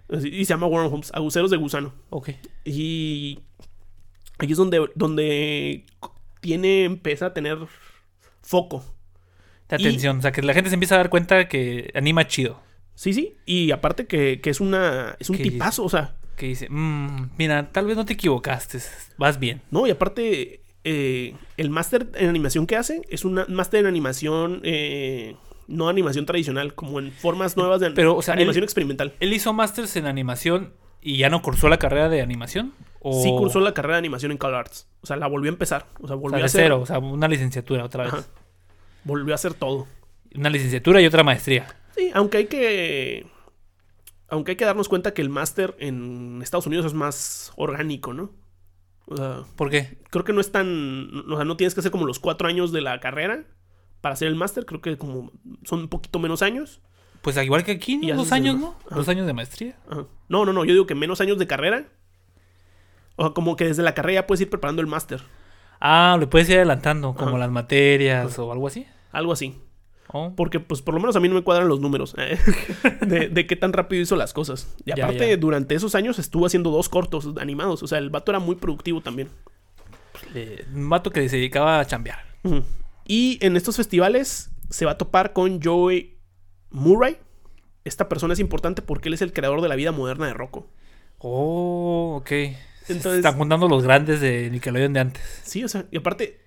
A: Es- Y se llama Wormholes, agujeros de gusano.
B: ok.
A: Y aquí es donde, donde tiene, empieza a tener foco.
B: De
A: Y-
B: atención. O sea, que la gente se empieza a dar cuenta que anima chido.
A: Sí, sí. Y aparte que, que es una. Es un
B: Que-
A: tipazo, o sea.
B: Que dice, "Mm, mira, tal vez no te equivocaste. Vas bien.
A: No, y aparte. eh, el máster en animación que hace es un máster en animación. eh, no animación tradicional, como en formas nuevas de
B: Eh, Pero, o sea,
A: animación
B: él-
A: experimental.
B: ¿Él hizo másters en animación y ya no cursó la carrera de animación? ¿O...
A: Sí cursó la carrera de animación en CalArts. O sea, la volvió a empezar. O sea,
B: o
A: volvió
B: sea,
A: a
B: de
A: hacer.
B: cero, o sea, una licenciatura otra vez.
A: Ajá. Volvió a hacer todo.
B: Una licenciatura y otra maestría.
A: Sí, aunque hay que. Aunque hay que darnos cuenta que el máster en Estados Unidos es más orgánico, ¿no? O sea.
B: ¿Por qué?
A: creo que no es tan. O sea, no tienes que hacer como los cuatro años de la carrera para hacer el máster. Creo que como son un poquito menos años.
B: Pues al igual que aquí, ¿no?
A: Y
B: dos
A: haces el-
B: años, ¿no?
A: Ajá.
B: Dos años de maestría.
A: Ajá. No, no, no. Yo digo que menos años de carrera. O sea, como que desde la carrera ya puedes ir preparando el máster.
B: Ah, lo puedes ir adelantando, como
A: Ajá.
B: las materias o algo así.
A: Algo así.
B: Oh,
A: Porque, pues, por lo menos a mí no me cuadran los números eh, de, de qué tan rápido hizo las cosas. Y
B: Ya,
A: aparte,
B: ya.
A: durante esos años estuvo haciendo dos cortos animados. O sea, el vato era muy productivo también.
B: eh, un vato que se dedicaba a chambear.
A: Ujú. Y en estos festivales se va a topar con Joey Murray. Esta persona es importante porque él es el creador de la vida moderna de Rocco.
B: Oh, ok. Se
A: Entonces-
B: están juntando los grandes de Nickelodeon de antes.
A: Sí, o sea, y aparte,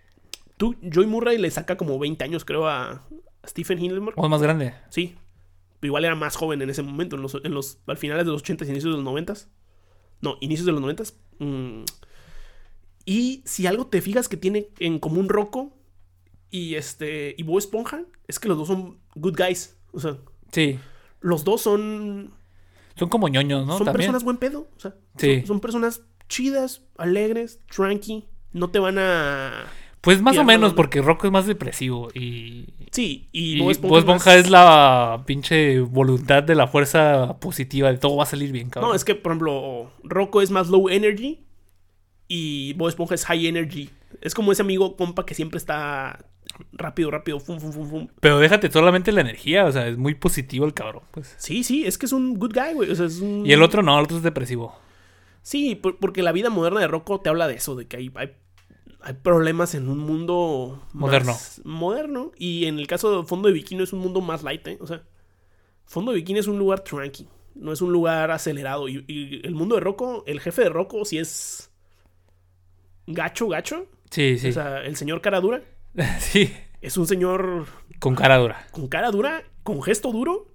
A: tú, Joey Murray le saca como 20 años, creo, a Stephen Hillenburg.
B: ¿O es más grande?
A: Sí, pero igual era más joven en ese momento, en los, en los al finales de los 80 y inicios de los 90 No, inicios de los 90 Y si algo te fijas que tiene en común Rocco y este y Bob Esponja, es que los dos son good guys. O sea,
B: Sí.
A: los dos son,
B: Son como ñoños, ¿no?
A: son
B: También.
A: personas buen pedo. O sea,
B: Sí.
A: son, son personas chidas, alegres, tranqui. No te van a.
B: Pues más o
A: Pierdo la
B: menos,
A: onda.
B: porque Rocco es más depresivo y.
A: Sí, y,
B: Y
A: Bob
B: Bob
A: Esponja
B: Esponja,
A: más-
B: es la pinche voluntad de la fuerza positiva, de todo va a salir bien, cabrón.
A: No, es que, por ejemplo, Rocco es más low energy y Bob Esponja es high energy. Es como ese amigo compa que siempre está rápido, rápido, fum, fum, fum, fum.
B: Pero déjate solamente la energía, o sea, es muy positivo el cabrón, pues.
A: Sí, sí, es que es un good guy, güey. O sea, es un...
B: Y el otro no, el otro es depresivo.
A: Sí, por- porque la vida moderna de Rocco te habla de eso, de que hay, hay, hay problemas en un mundo
B: Moderno.
A: más moderno. Y en el caso de Fondo de Bikini es un mundo más light, ¿eh? O sea, Fondo de Bikini es un lugar tranqui, no es un lugar acelerado. Y, y el mundo de Rocco, el jefe de Rocco, si es gacho, gacho,
B: Sí, sí.
A: o sea, el señor cara dura,
B: sí,
A: es un señor
B: con cara dura.
A: con cara dura, con gesto duro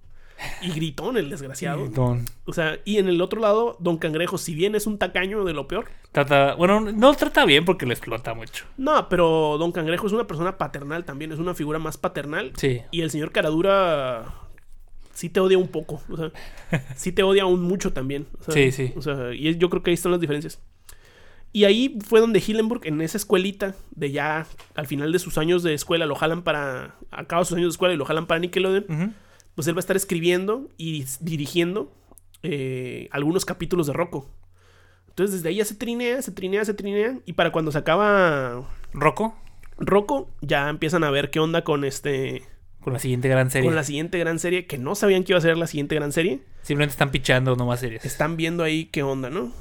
A: y gritón el desgraciado.
B: Don-
A: O sea, y en el otro lado, Don Cangrejo, si bien es un tacaño de lo peor,
B: Trata, bueno, no trata bien porque lo explota mucho.
A: No, pero Don Cangrejo es una persona paternal también, es una figura más paternal.
B: Sí.
A: Y el señor Caradura sí te odia un poco, o sea, sí te odia un mucho también. o sea,
B: Sí, sí.
A: O sea, y es- yo creo que ahí están las diferencias. Y ahí fue donde Hillenburg, en esa escuelita, de ya al final de sus años de escuela, lo jalan para. Acaba sus años de escuela y lo jalan para Nickelodeon.
B: Ujú.
A: Pues él va a estar escribiendo y s- dirigiendo eh, algunos capítulos de Rocco. Entonces desde ahí ya se trinea, se trinea, se trinea. Y para cuando se acaba
B: Rocco,
A: Rocco, ya empiezan a ver qué onda con este.
B: con la siguiente gran serie.
A: Con la siguiente gran serie, que no sabían que iba a ser la siguiente gran serie.
B: Simplemente están pichando nomás series.
A: Están viendo ahí qué onda, ¿no?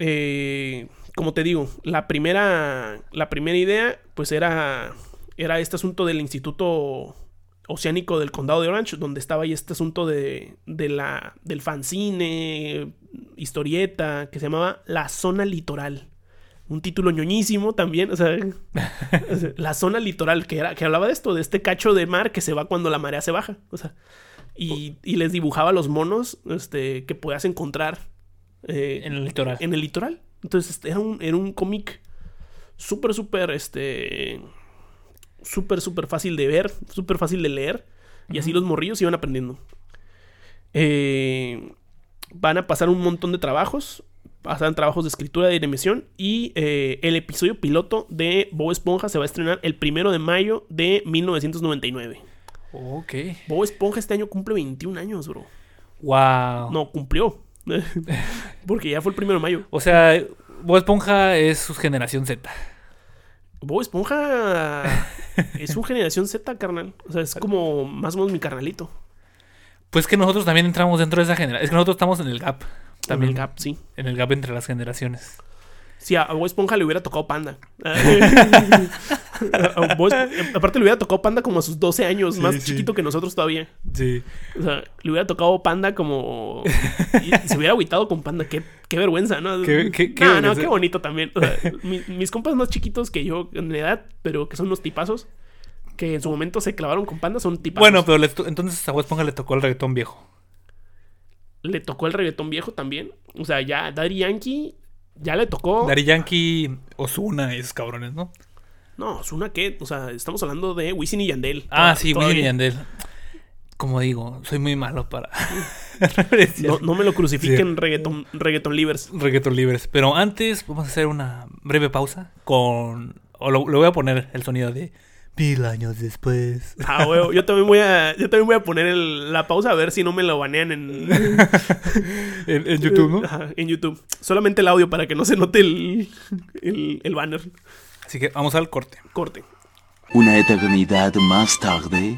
A: Eh, como te digo, la primera. La primera idea, pues era. Era este asunto del Instituto Oceánico del Condado de Orange, donde estaba ahí este asunto de, de la, del fanzine, historieta, que se llamaba La Zona Litoral. Un título ñoñísimo también, o sea, la zona litoral que era que hablaba de esto, de este cacho de mar que se va cuando la marea se baja, o sea, y, y les dibujaba los monos este, que podías encontrar eh,
B: En el litoral.
A: en el litoral. Entonces este, era un, era un cómic súper, súper, este, súper, súper fácil de ver, súper fácil de leer. Y así los morrillos iban aprendiendo. Eh, van a pasar un montón de trabajos. Pasan trabajos de escritura, de emisión. Y eh, el episodio piloto de Bob Esponja se va a estrenar el primero de mayo de 1999.
B: Ok.
A: Bob Esponja este año cumple 21 años, bro.
B: Wow.
A: No, cumplió. Porque ya fue el primero de mayo.
B: O sea, Bob Esponja es su generación Z.
A: Bob Esponja es un generación Z, carnal. O sea, es como más o menos mi carnalito.
B: Pues que nosotros también entramos dentro de esa generación. Es que nosotros estamos en el gap.
A: También
B: También
A: el gap, sí.
B: En el gap entre las generaciones.
A: Si a a Bob Esponja le hubiera tocado panda. A Bob Esp- aparte, le hubiera tocado panda como a sus 12 años,
B: Sí,
A: más
B: sí.
A: chiquito que nosotros todavía.
B: Sí.
A: O sea, le hubiera tocado panda como. y se hubiera agüitado con panda. Qué, qué vergüenza, ¿no?
B: Qué- qué- qué
A: no, no,
B: vergüenza.
A: qué bonito también. O sea, mi- mis compas más chiquitos que yo en edad, pero que son unos tipazos, que en su momento se clavaron con panda, son tipazos.
B: Bueno, pero le to- entonces a Bob Esponja le tocó el reggaetón viejo.
A: le tocó el reggaetón viejo también. O sea, ya Daddy Yankee ya le tocó.
B: Dari Yankee, Osuna, esos cabrones, ¿no?
A: No, Ozuna qué, o sea, estamos hablando de Wisin y Yandel.
B: Ah,
A: Toda-
B: sí,
A: todavía.
B: William Yandel. Como digo, soy muy malo para referencias.
A: No, no me lo crucifiquen reggaetón, reggaeton livers.
B: Reggaeton libres. Pero antes vamos a hacer una breve pausa con... O lo, le voy a poner el sonido de... Mil años después.
A: Ah, huevo, yo también voy a, yo también voy a poner el- la pausa a ver si no me lo banean en,
B: en, en YouTube, ¿no?
A: Ajá, en YouTube. Solamente el audio para que no se note el, el, el banner.
B: Así que vamos al corte.
A: Corte.
D: Una eternidad más tarde.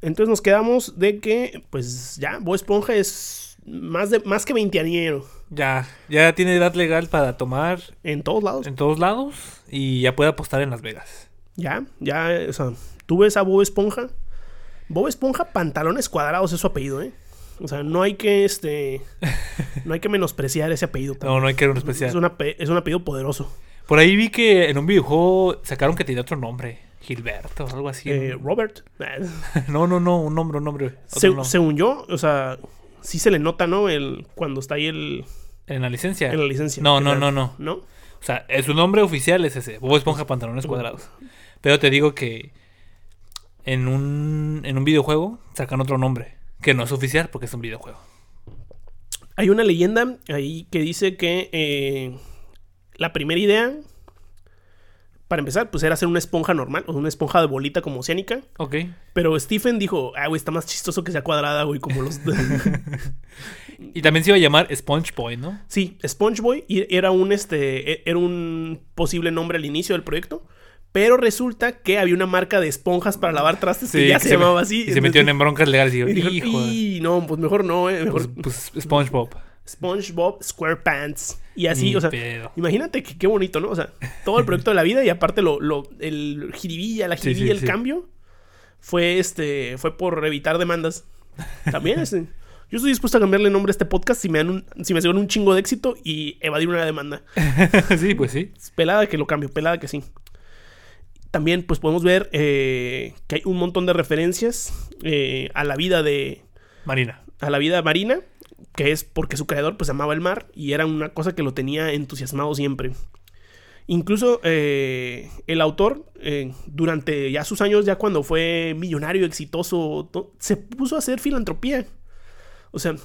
A: Entonces nos quedamos de que, pues ya, Bob Esponja es más de más que veinteañero
B: Ya, ya tiene edad legal para tomar
A: en todos lados.
B: en todos lados y ya puede apostar en Las Vegas.
A: Ya, ya, o sea, tú ves a Bob Esponja. Bob Esponja, pantalones cuadrados es su apellido, ¿eh? O sea, no hay que, este, no hay que menospreciar ese apellido.
B: No, no hay que ir a un
A: es,
B: especial.
A: un ape- es un apellido poderoso.
B: Por ahí vi que en un videojuego sacaron que tenía otro nombre. Gilberto o algo así.
A: Eh, Robert,
B: No, no, no, un nombre, un nombre. otro
A: se-
B: nombre.
A: según yo, o sea, sí se le nota, ¿no? El, cuando está ahí el,
B: En la licencia.
A: en la licencia.
B: No,
A: Que
B: no,
A: la-
B: no, no.
A: ¿No?
B: O sea, eh, su nombre oficial es ese. Bob Esponja Pantalones Cuadrados. Pero te digo que en un, en un videojuego sacan otro nombre. Que no es oficial porque es un videojuego.
A: Hay una leyenda ahí que dice que eh, la primera idea, para empezar, pues era hacer una esponja normal, o una esponja de bolita como oceánica.
B: Ok.
A: Pero Stephen dijo, ah, güey, está más chistoso que sea cuadrada, güey, como los...
B: Y también se iba a llamar Sponge Boy, ¿no?
A: sí, SpongeBoy y era un, este, e- era un posible nombre al inicio del proyecto. Pero resulta que había una marca de esponjas para lavar trastes que ya
B: que
A: se,
B: me-
A: llamaba así.
B: Y se metieron en broncas legales y
A: Y
B: dijo,
A: dijo,
B: hijo. de-
A: "Y, no, pues mejor no, eh, mejor...
B: Pues, pues SpongeBob.
A: SpongeBob SquarePants. Y así,
B: Ni
A: o sea,
B: pedo.
A: imagínate que qué bonito, ¿no? O sea, todo el proyecto de la vida y aparte lo, lo el jiribilla, la
B: Sí, sí,
A: jiribilla, el
B: sí.
A: cambio fue este fue por evitar demandas. También este, yo estoy dispuesto a cambiarle nombre a este podcast si me dan un, si me aseguran un chingo de éxito y evadir una demanda.
B: sí, pues sí.
A: Pelada que lo cambio, pelada que sí. También, pues podemos ver eh, que hay un montón de referencias eh, a la vida de.
B: Marina.
A: a la vida marina. Que es porque su creador pues amaba el mar y era una cosa que lo tenía entusiasmado siempre. Incluso eh, el autor, eh, durante ya sus años, ya cuando fue millonario, exitoso, to- se puso a hacer filantropía. O sea,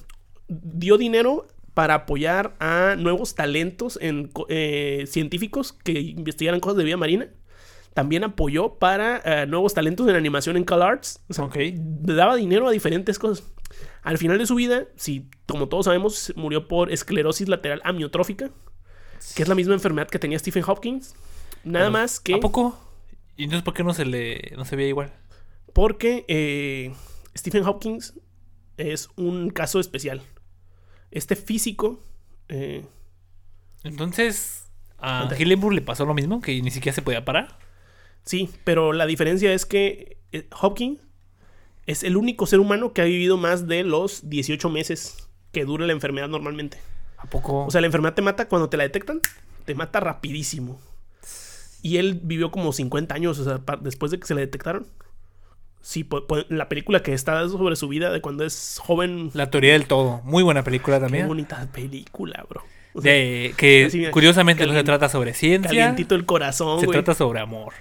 A: dio dinero para apoyar a nuevos talentos en, co- eh, científicos que investigaran cosas de vida marina. También apoyó para eh, nuevos talentos en animación en CalArts. O sea,
B: Ok.
A: le daba dinero a diferentes cosas. Al final de su vida, si como todos sabemos, se murió por esclerosis lateral amiotrófica, que es la misma enfermedad que tenía Stephen Hopkins. Nada
B: Pero,
A: más que
B: ¿A poco? ¿Y entonces por qué no se le no se veía igual?
A: porque eh, Stephen Hopkins es un caso especial. Este físico eh,
B: Entonces, a
A: Anda.
B: Hillenburg le pasó lo mismo, que ni siquiera se podía parar.
A: Sí, pero la diferencia es que eh, Hopkins es el único ser humano que ha vivido más de los 18 meses que dura la enfermedad normalmente.
B: ¿A poco?
A: O sea, la enfermedad te mata cuando te la detectan, te mata rapidísimo. Y él vivió como 50 años, o sea, pa- después de que se le detectaron. Sí, po- po- la película que está sobre su vida de cuando es joven.
B: la teoría del todo. Muy buena película
A: Qué
B: también.
A: bonita película, bro. O sea,
B: de, que
A: así, mira,
B: curiosamente no se
A: calien-
B: trata sobre ciencia,
A: calientito el corazón,
B: se
A: güey.
B: trata sobre amor.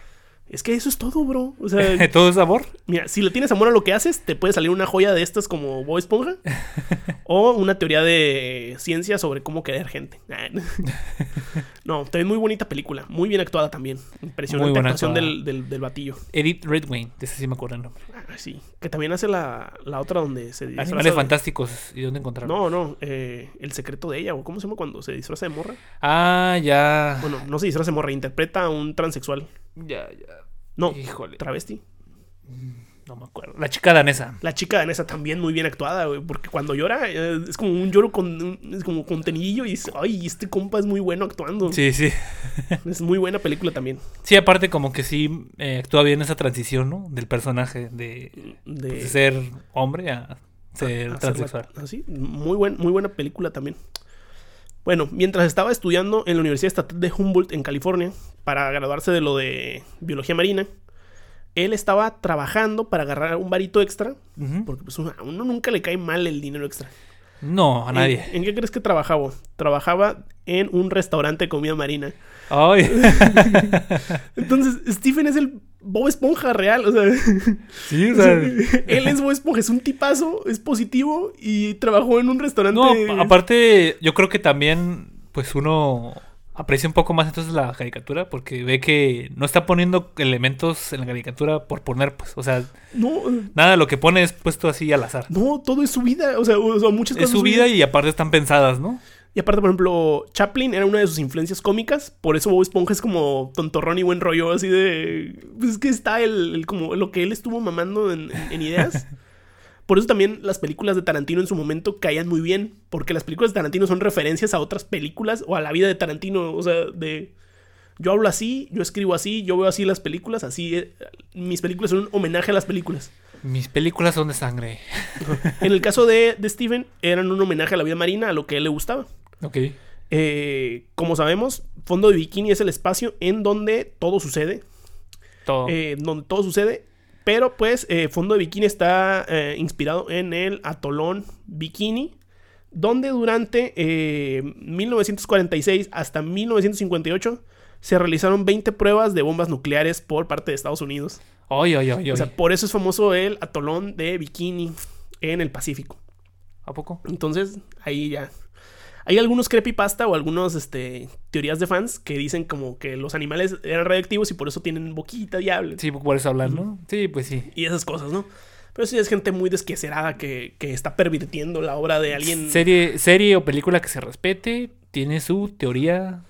A: Es que eso es todo, bro. O sea,
B: ¿Todo es amor?
A: Mira, si le tienes amor a lo que haces, te puede salir una joya de estas como Bob Esponja. o una teoría de ciencia sobre cómo querer gente. Nah. no, también muy bonita película. Muy bien actuada también. Impresionante
B: Muy buena
A: actuación
B: actuada.
A: del, del, del batillo.
B: Edith Redwayne, de ese sí me acuerdo el nombre.
A: Ah, sí. Que también hace la, la otra donde se disfraza.
B: Animales
A: de-
B: fantásticos, ¿y dónde encontrarlos?
A: No, no. eh, el secreto de ella. o ¿Cómo se llama cuando se disfraza de morra?
B: Ah, ya.
A: Bueno, no se disfraza de morra. Interpreta a un transexual.
B: Ya, ya.
A: No,
B: Híjole.
A: travesti.
B: No me acuerdo. La chica danesa.
A: La chica danesa también muy bien actuada, güey, porque cuando llora eh, es como un lloro con un- es como contenidillo y dices, ay, este compa es muy bueno actuando.
B: Sí, sí.
A: Es muy buena película también.
B: Sí, aparte como que sí eh, actúa bien esa transición, ¿no? Del personaje de,
A: De,
B: pues, de ser hombre a ser
A: hacerla-
B: transexual.
A: Así, ah, muy, buen, muy buena película también. Bueno, mientras estaba estudiando en la Universidad Estatal de Humboldt en California para graduarse de lo de biología marina, él estaba trabajando para agarrar un varito extra,
B: Ujú.
A: porque pues, a uno nunca le cae mal el dinero extra.
B: No, a
A: ¿En-
B: nadie.
A: ¿En, qué crees que trabajaba? Trabajaba en un restaurante de comida marina.
B: Ay,
A: Entonces, Stephen es el Bob Esponja real. O sea,
B: sí, o sea,
A: él es Bob Esponja, es un tipazo, es positivo y trabajó en un restaurante.
B: No, ap- aparte, yo creo que también, pues uno aprecia un poco más entonces la caricatura porque ve que no está poniendo elementos en la caricatura por poner, pues, o sea,
A: No,
B: nada de lo que pone es puesto así al azar.
A: no, todo es su vida. O sea, o sea, muchas cosas.
B: Es su vida y aparte están pensadas, ¿no?
A: Y aparte, por ejemplo, Chaplin era una de sus influencias cómicas. Por eso Bob Esponja es como tontorrón y buen rollo, así de. Pues es que está el, el- como lo que él estuvo mamando en, en- en ideas. Por eso también las películas de Tarantino en su momento caían muy bien. Porque las películas de Tarantino son referencias a otras películas o a la vida de Tarantino. O sea, de. Yo hablo así, yo escribo así, yo veo así las películas, así. eh, mis películas son un homenaje a las películas.
B: Mis películas son de sangre.
A: En el caso de, de Steven, eran un homenaje a la vida marina, a lo que a él le gustaba.
B: Ok.
A: Eh, como sabemos, Fondo de Bikini es el espacio en donde todo sucede.
B: Todo.
A: eh, donde todo sucede. Pero pues eh, Fondo de Bikini está eh, inspirado en el atolón Bikini. Donde durante eh, 1946 hasta 1958 se realizaron 20 pruebas de bombas nucleares por parte de Estados Unidos.
B: Ay, ay, ay,
A: O
B: ay.
A: sea, por eso es famoso el atolón de Bikini en el Pacífico.
B: ¿A poco?
A: Entonces, ahí ya. Hay algunos creepypasta o algunas este, teorías de fans que dicen como que los animales eran radioactivos y por eso tienen boquita y hablan.
B: Sí, por eso hablar, ¿no? Sí, pues sí.
A: Y esas cosas, ¿no? Pero sí es gente muy desquecerada que, que está pervirtiendo la obra de alguien.
B: Serie, serie o película que se respete tiene su teoría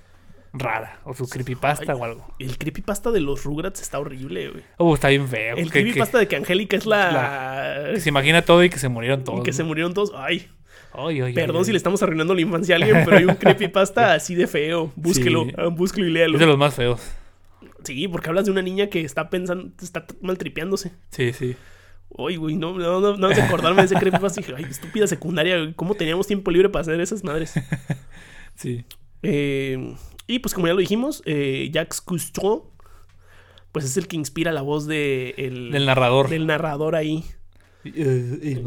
B: rara o su creepypasta
A: Ay.
B: o algo.
A: El creepypasta de los Rugrats está horrible, güey.
B: Oh, está bien feo.
A: El
B: que- que-
A: creepypasta de que Angélica es la...
B: Que se imagina todo y que se murieron
A: y
B: todos.
A: que se
B: ¿no?
A: murieron todos. Ay.
B: Ay, ay,
A: Perdón
B: ay,
A: si
B: ay.
A: le estamos arruinando la infancia a alguien, pero hay un creepypasta así de feo. Búsquelo,
B: Sí.
A: ah, búsquelo y
B: Es de
A: léalo.
B: los más feos.
A: Sí, porque hablas de una niña que está pensando, está maltripeándose.
B: Sí, sí.
A: Oye, güey, no, no, no, no de acordarme de ese creepypasta. Dije, ay, estúpida secundaria, güey, ¿cómo teníamos tiempo libre para hacer esas madres?
B: Sí.
A: Eh, y pues como ya lo dijimos, eh, Jacques Cousteau, pues es el que inspira la voz de el-
B: Del narrador.
A: del narrador ahí.
B: Eh,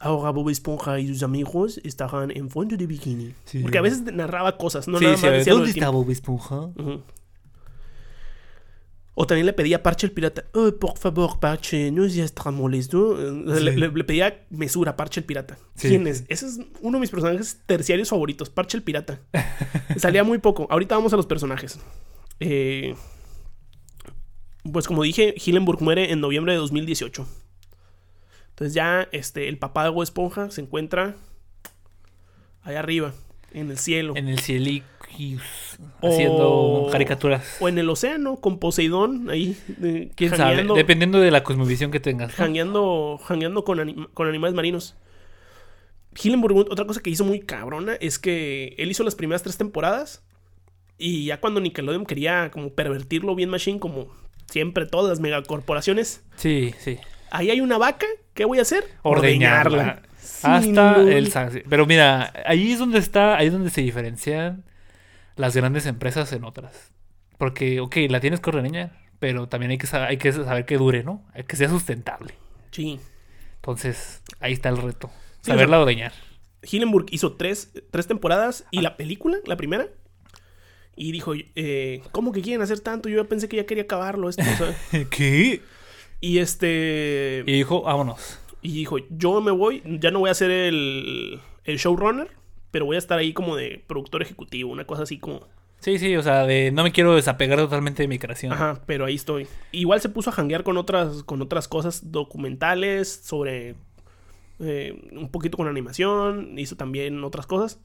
A: Ahora Bob Esponja y sus amigos estarán en fondo de bikini.
B: Sí.
A: Porque a veces narraba cosas, no
B: Sí,
A: nada
B: sí,
A: más
B: a ver,
A: decía lo
B: ¿dónde
A: del tiempo.
B: está Bob Esponja?
A: Ujú. O también le pedía Parche el pirata. "Oh, por favor, Parche, no seas tan molesto. Eh, Le,
B: Sí.
A: le- le pedía mesura, Parche el pirata.
B: Sí.
A: ¿Quién es? Ese es uno de mis personajes terciarios favoritos, Parche el pirata. Salía muy poco. Ahorita vamos a los personajes. Eh, pues como dije, Hillenburg muere en noviembre de 2018. Entonces ya este, el papá de Bob Esponja se encuentra allá arriba, en el cielo.
B: En el Cieliquius.
A: O-
B: Haciendo caricaturas.
A: O en el océano, con Poseidón, ahí. eh,
B: ¿Quién sabe?
A: jangueando-
B: Dependiendo de la cosmovisión que tengas. ¿no?
A: Jangueando, jangueando con, anim- con animales marinos. Hillenburg, otra cosa que hizo muy cabrona es que él hizo las primeras tres temporadas. Y ya cuando Nickelodeon quería como pervertirlo bien machine, como siempre todas las megacorporaciones.
B: Sí, sí.
A: Ahí hay una vaca, ¿qué voy a hacer?
B: Ordeñarla.
A: Sin
B: Hasta
A: duda.
B: el sa- Pero mira, ahí es donde está, ahí es donde se diferencian las grandes empresas en otras. Porque, ok, la tienes que ordeñar, pero también hay que, sa- hay que saber que dure, ¿no? Hay que sea sustentable.
A: Sí.
B: Entonces, ahí está el reto.
A: Sí, o
B: Saberla ordeñar.
A: Hillenburg hizo tres, tres temporadas y la película, la primera. Y dijo, eh, ¿cómo que quieren hacer tanto? Yo ya pensé que ya quería acabarlo. Esto, o sea,
B: ¿Qué?
A: y este.
B: Y dijo, vámonos.
A: Y dijo, yo me voy, ya no voy a ser el, el showrunner, pero voy a estar ahí como de productor ejecutivo, una cosa así como.
B: Sí, sí, o sea, de no me quiero desapegar totalmente de mi creación.
A: Ajá, pero ahí estoy. Igual se puso a janguear con otras, con otras cosas documentales sobre eh, un poquito con animación, hizo también otras cosas.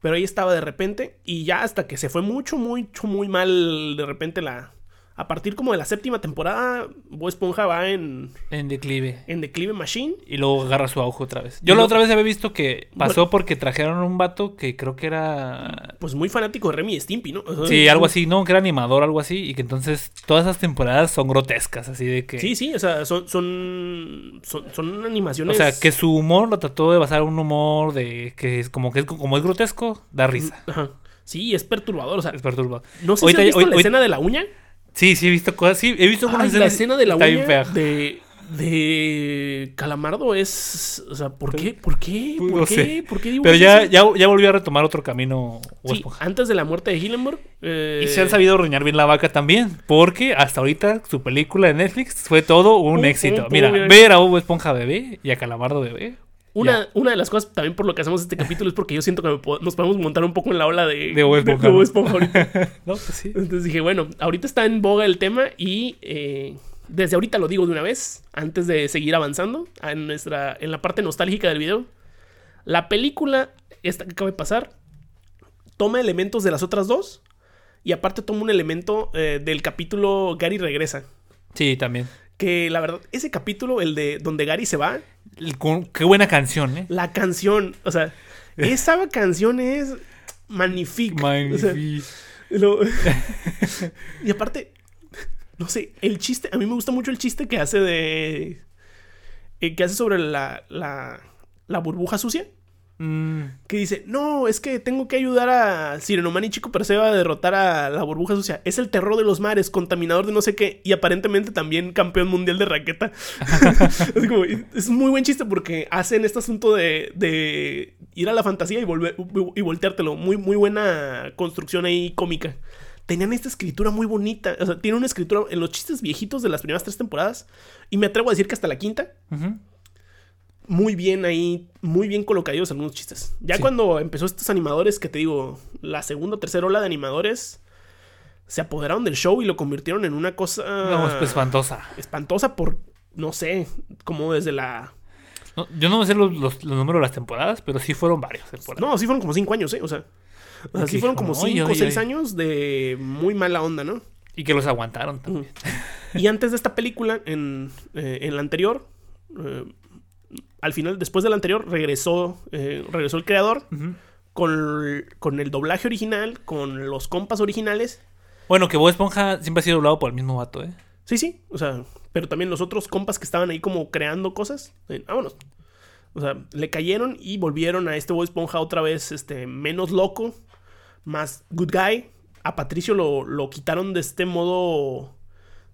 A: Pero ahí estaba de repente y ya hasta que se fue mucho, mucho, muy mal de repente la... A partir como de la séptima temporada, Bob Esponja va en,
B: En declive.
A: en declive machine.
B: Y luego agarra su auge otra vez.
A: Y
B: Yo
A: lo-
B: la otra vez había visto que pasó
A: Bueno.
B: porque trajeron un vato que creo que era...
A: Pues muy fanático de Remy y Stimpy, ¿no? O sea,
B: Sí, algo así, ¿no? Que era animador, algo así. Y que entonces todas esas temporadas son grotescas, así de que...
A: Sí, sí, o sea, son, son, son, son
B: O
A: animaciones.
B: sea, que su humor lo trató de basar en un humor de que es como que es, como es grotesco, da risa.
A: Ajá. Sí, es perturbador, o sea,
B: Es perturbado.
A: no sé si
B: Ahorita-
A: has visto
B: hoy-
A: la
B: hoy-
A: escena de la uña.
B: Sí, sí, he visto cosas. Sí, he visto algunas
A: Ay, la
B: escenas-
A: escena de la
B: Está bien
A: uña
B: fea.
A: de, de Calamardo es, o sea, ¿por qué? ¿Por qué?
B: Pues,
A: ¿Por
B: no
A: qué?
B: sé.
A: ¿Por qué digo
B: Pero
A: que
B: ya,
A: sí?
B: ya, ya volvió a retomar otro camino. Bob
A: Sí,
B: Esponja.
A: antes de la muerte de Hillenburg. eh,
B: Y se han sabido ordeñar bien la vaca también, porque hasta ahorita su película de Netflix fue todo un
A: Un-
B: éxito.
A: un-
B: Mira,
A: un-
B: ver a Hugo Esponja bebé y a Calamardo bebé.
A: Una, una de las cosas también por lo que hacemos este capítulo es porque yo siento que me po- nos podemos montar un poco en la ola de,
B: De Bob Esponja,
A: Bob
B: ¿no?
A: Esponja ahorita.
B: No, pues sí.
A: Entonces dije, bueno, ahorita está en boga el tema y eh, desde ahorita lo digo de una vez, antes de seguir avanzando en, nuestra, en la parte nostálgica del video. La película, esta que acaba de pasar, toma elementos de las otras dos y aparte toma un elemento eh, del capítulo Gary regresa.
B: Sí, también.
A: Que la verdad, ese capítulo, el de donde Gary se va,
B: El cu- Qué buena canción, ¿eh?
A: la canción, o sea, esa canción es magnífica. O sea,
B: Magnífico.
A: Lo- y aparte, no sé, el chiste, a mí me gusta mucho el chiste que hace de... eh, que hace sobre la, la, la burbuja sucia.
B: Mm,
A: Que dice, no, es que tengo que ayudar a Sirenoman y Chico Perseo a derrotar a la burbuja sucia. Es el terror de los mares, contaminador de no sé qué. Y aparentemente también campeón mundial de raqueta. es, como, es un muy buen chiste porque hacen este asunto de, de ir a la fantasía y, volver, y volteártelo. Muy, muy buena construcción ahí cómica. Tenían esta escritura muy bonita. O sea, tiene una escritura en los chistes viejitos de las primeras tres temporadas. Y me atrevo a decir que hasta la quinta
B: ujú.
A: muy bien ahí, muy bien colocados algunos chistes. Ya
B: Sí.
A: cuando empezó estos animadores, que te digo, la segunda o tercera ola de animadores, se apoderaron del show y lo convirtieron en una cosa
B: No, es pues, espantosa.
A: espantosa por, no sé, como desde la...
B: No, yo no me sé los, los- los números de las temporadas, pero sí fueron varias temporadas.
A: No, sí fueron como cinco años, ¿eh? O sea, o sea,
B: Ok,
A: sí fueron como
B: como, ay,
A: cinco o
B: ay,
A: seis
B: ay.
A: años de muy mala onda, ¿no?
B: Y que los aguantaron también.
A: Y antes de esta película, en, eh, en la anterior, eh, al final, después del anterior, regresó, eh, regresó el creador
B: Ujú.
A: con, con el doblaje original, con los compas originales.
B: Bueno, que Bob Esponja siempre ha sido doblado por el mismo vato, ¿eh?
A: Sí, sí, o sea, pero también los otros compas que estaban ahí como creando cosas, eh, vámonos. O sea, le cayeron y volvieron a este Bob Esponja otra vez, este, menos loco, más good guy. A Patricio lo, lo quitaron de este modo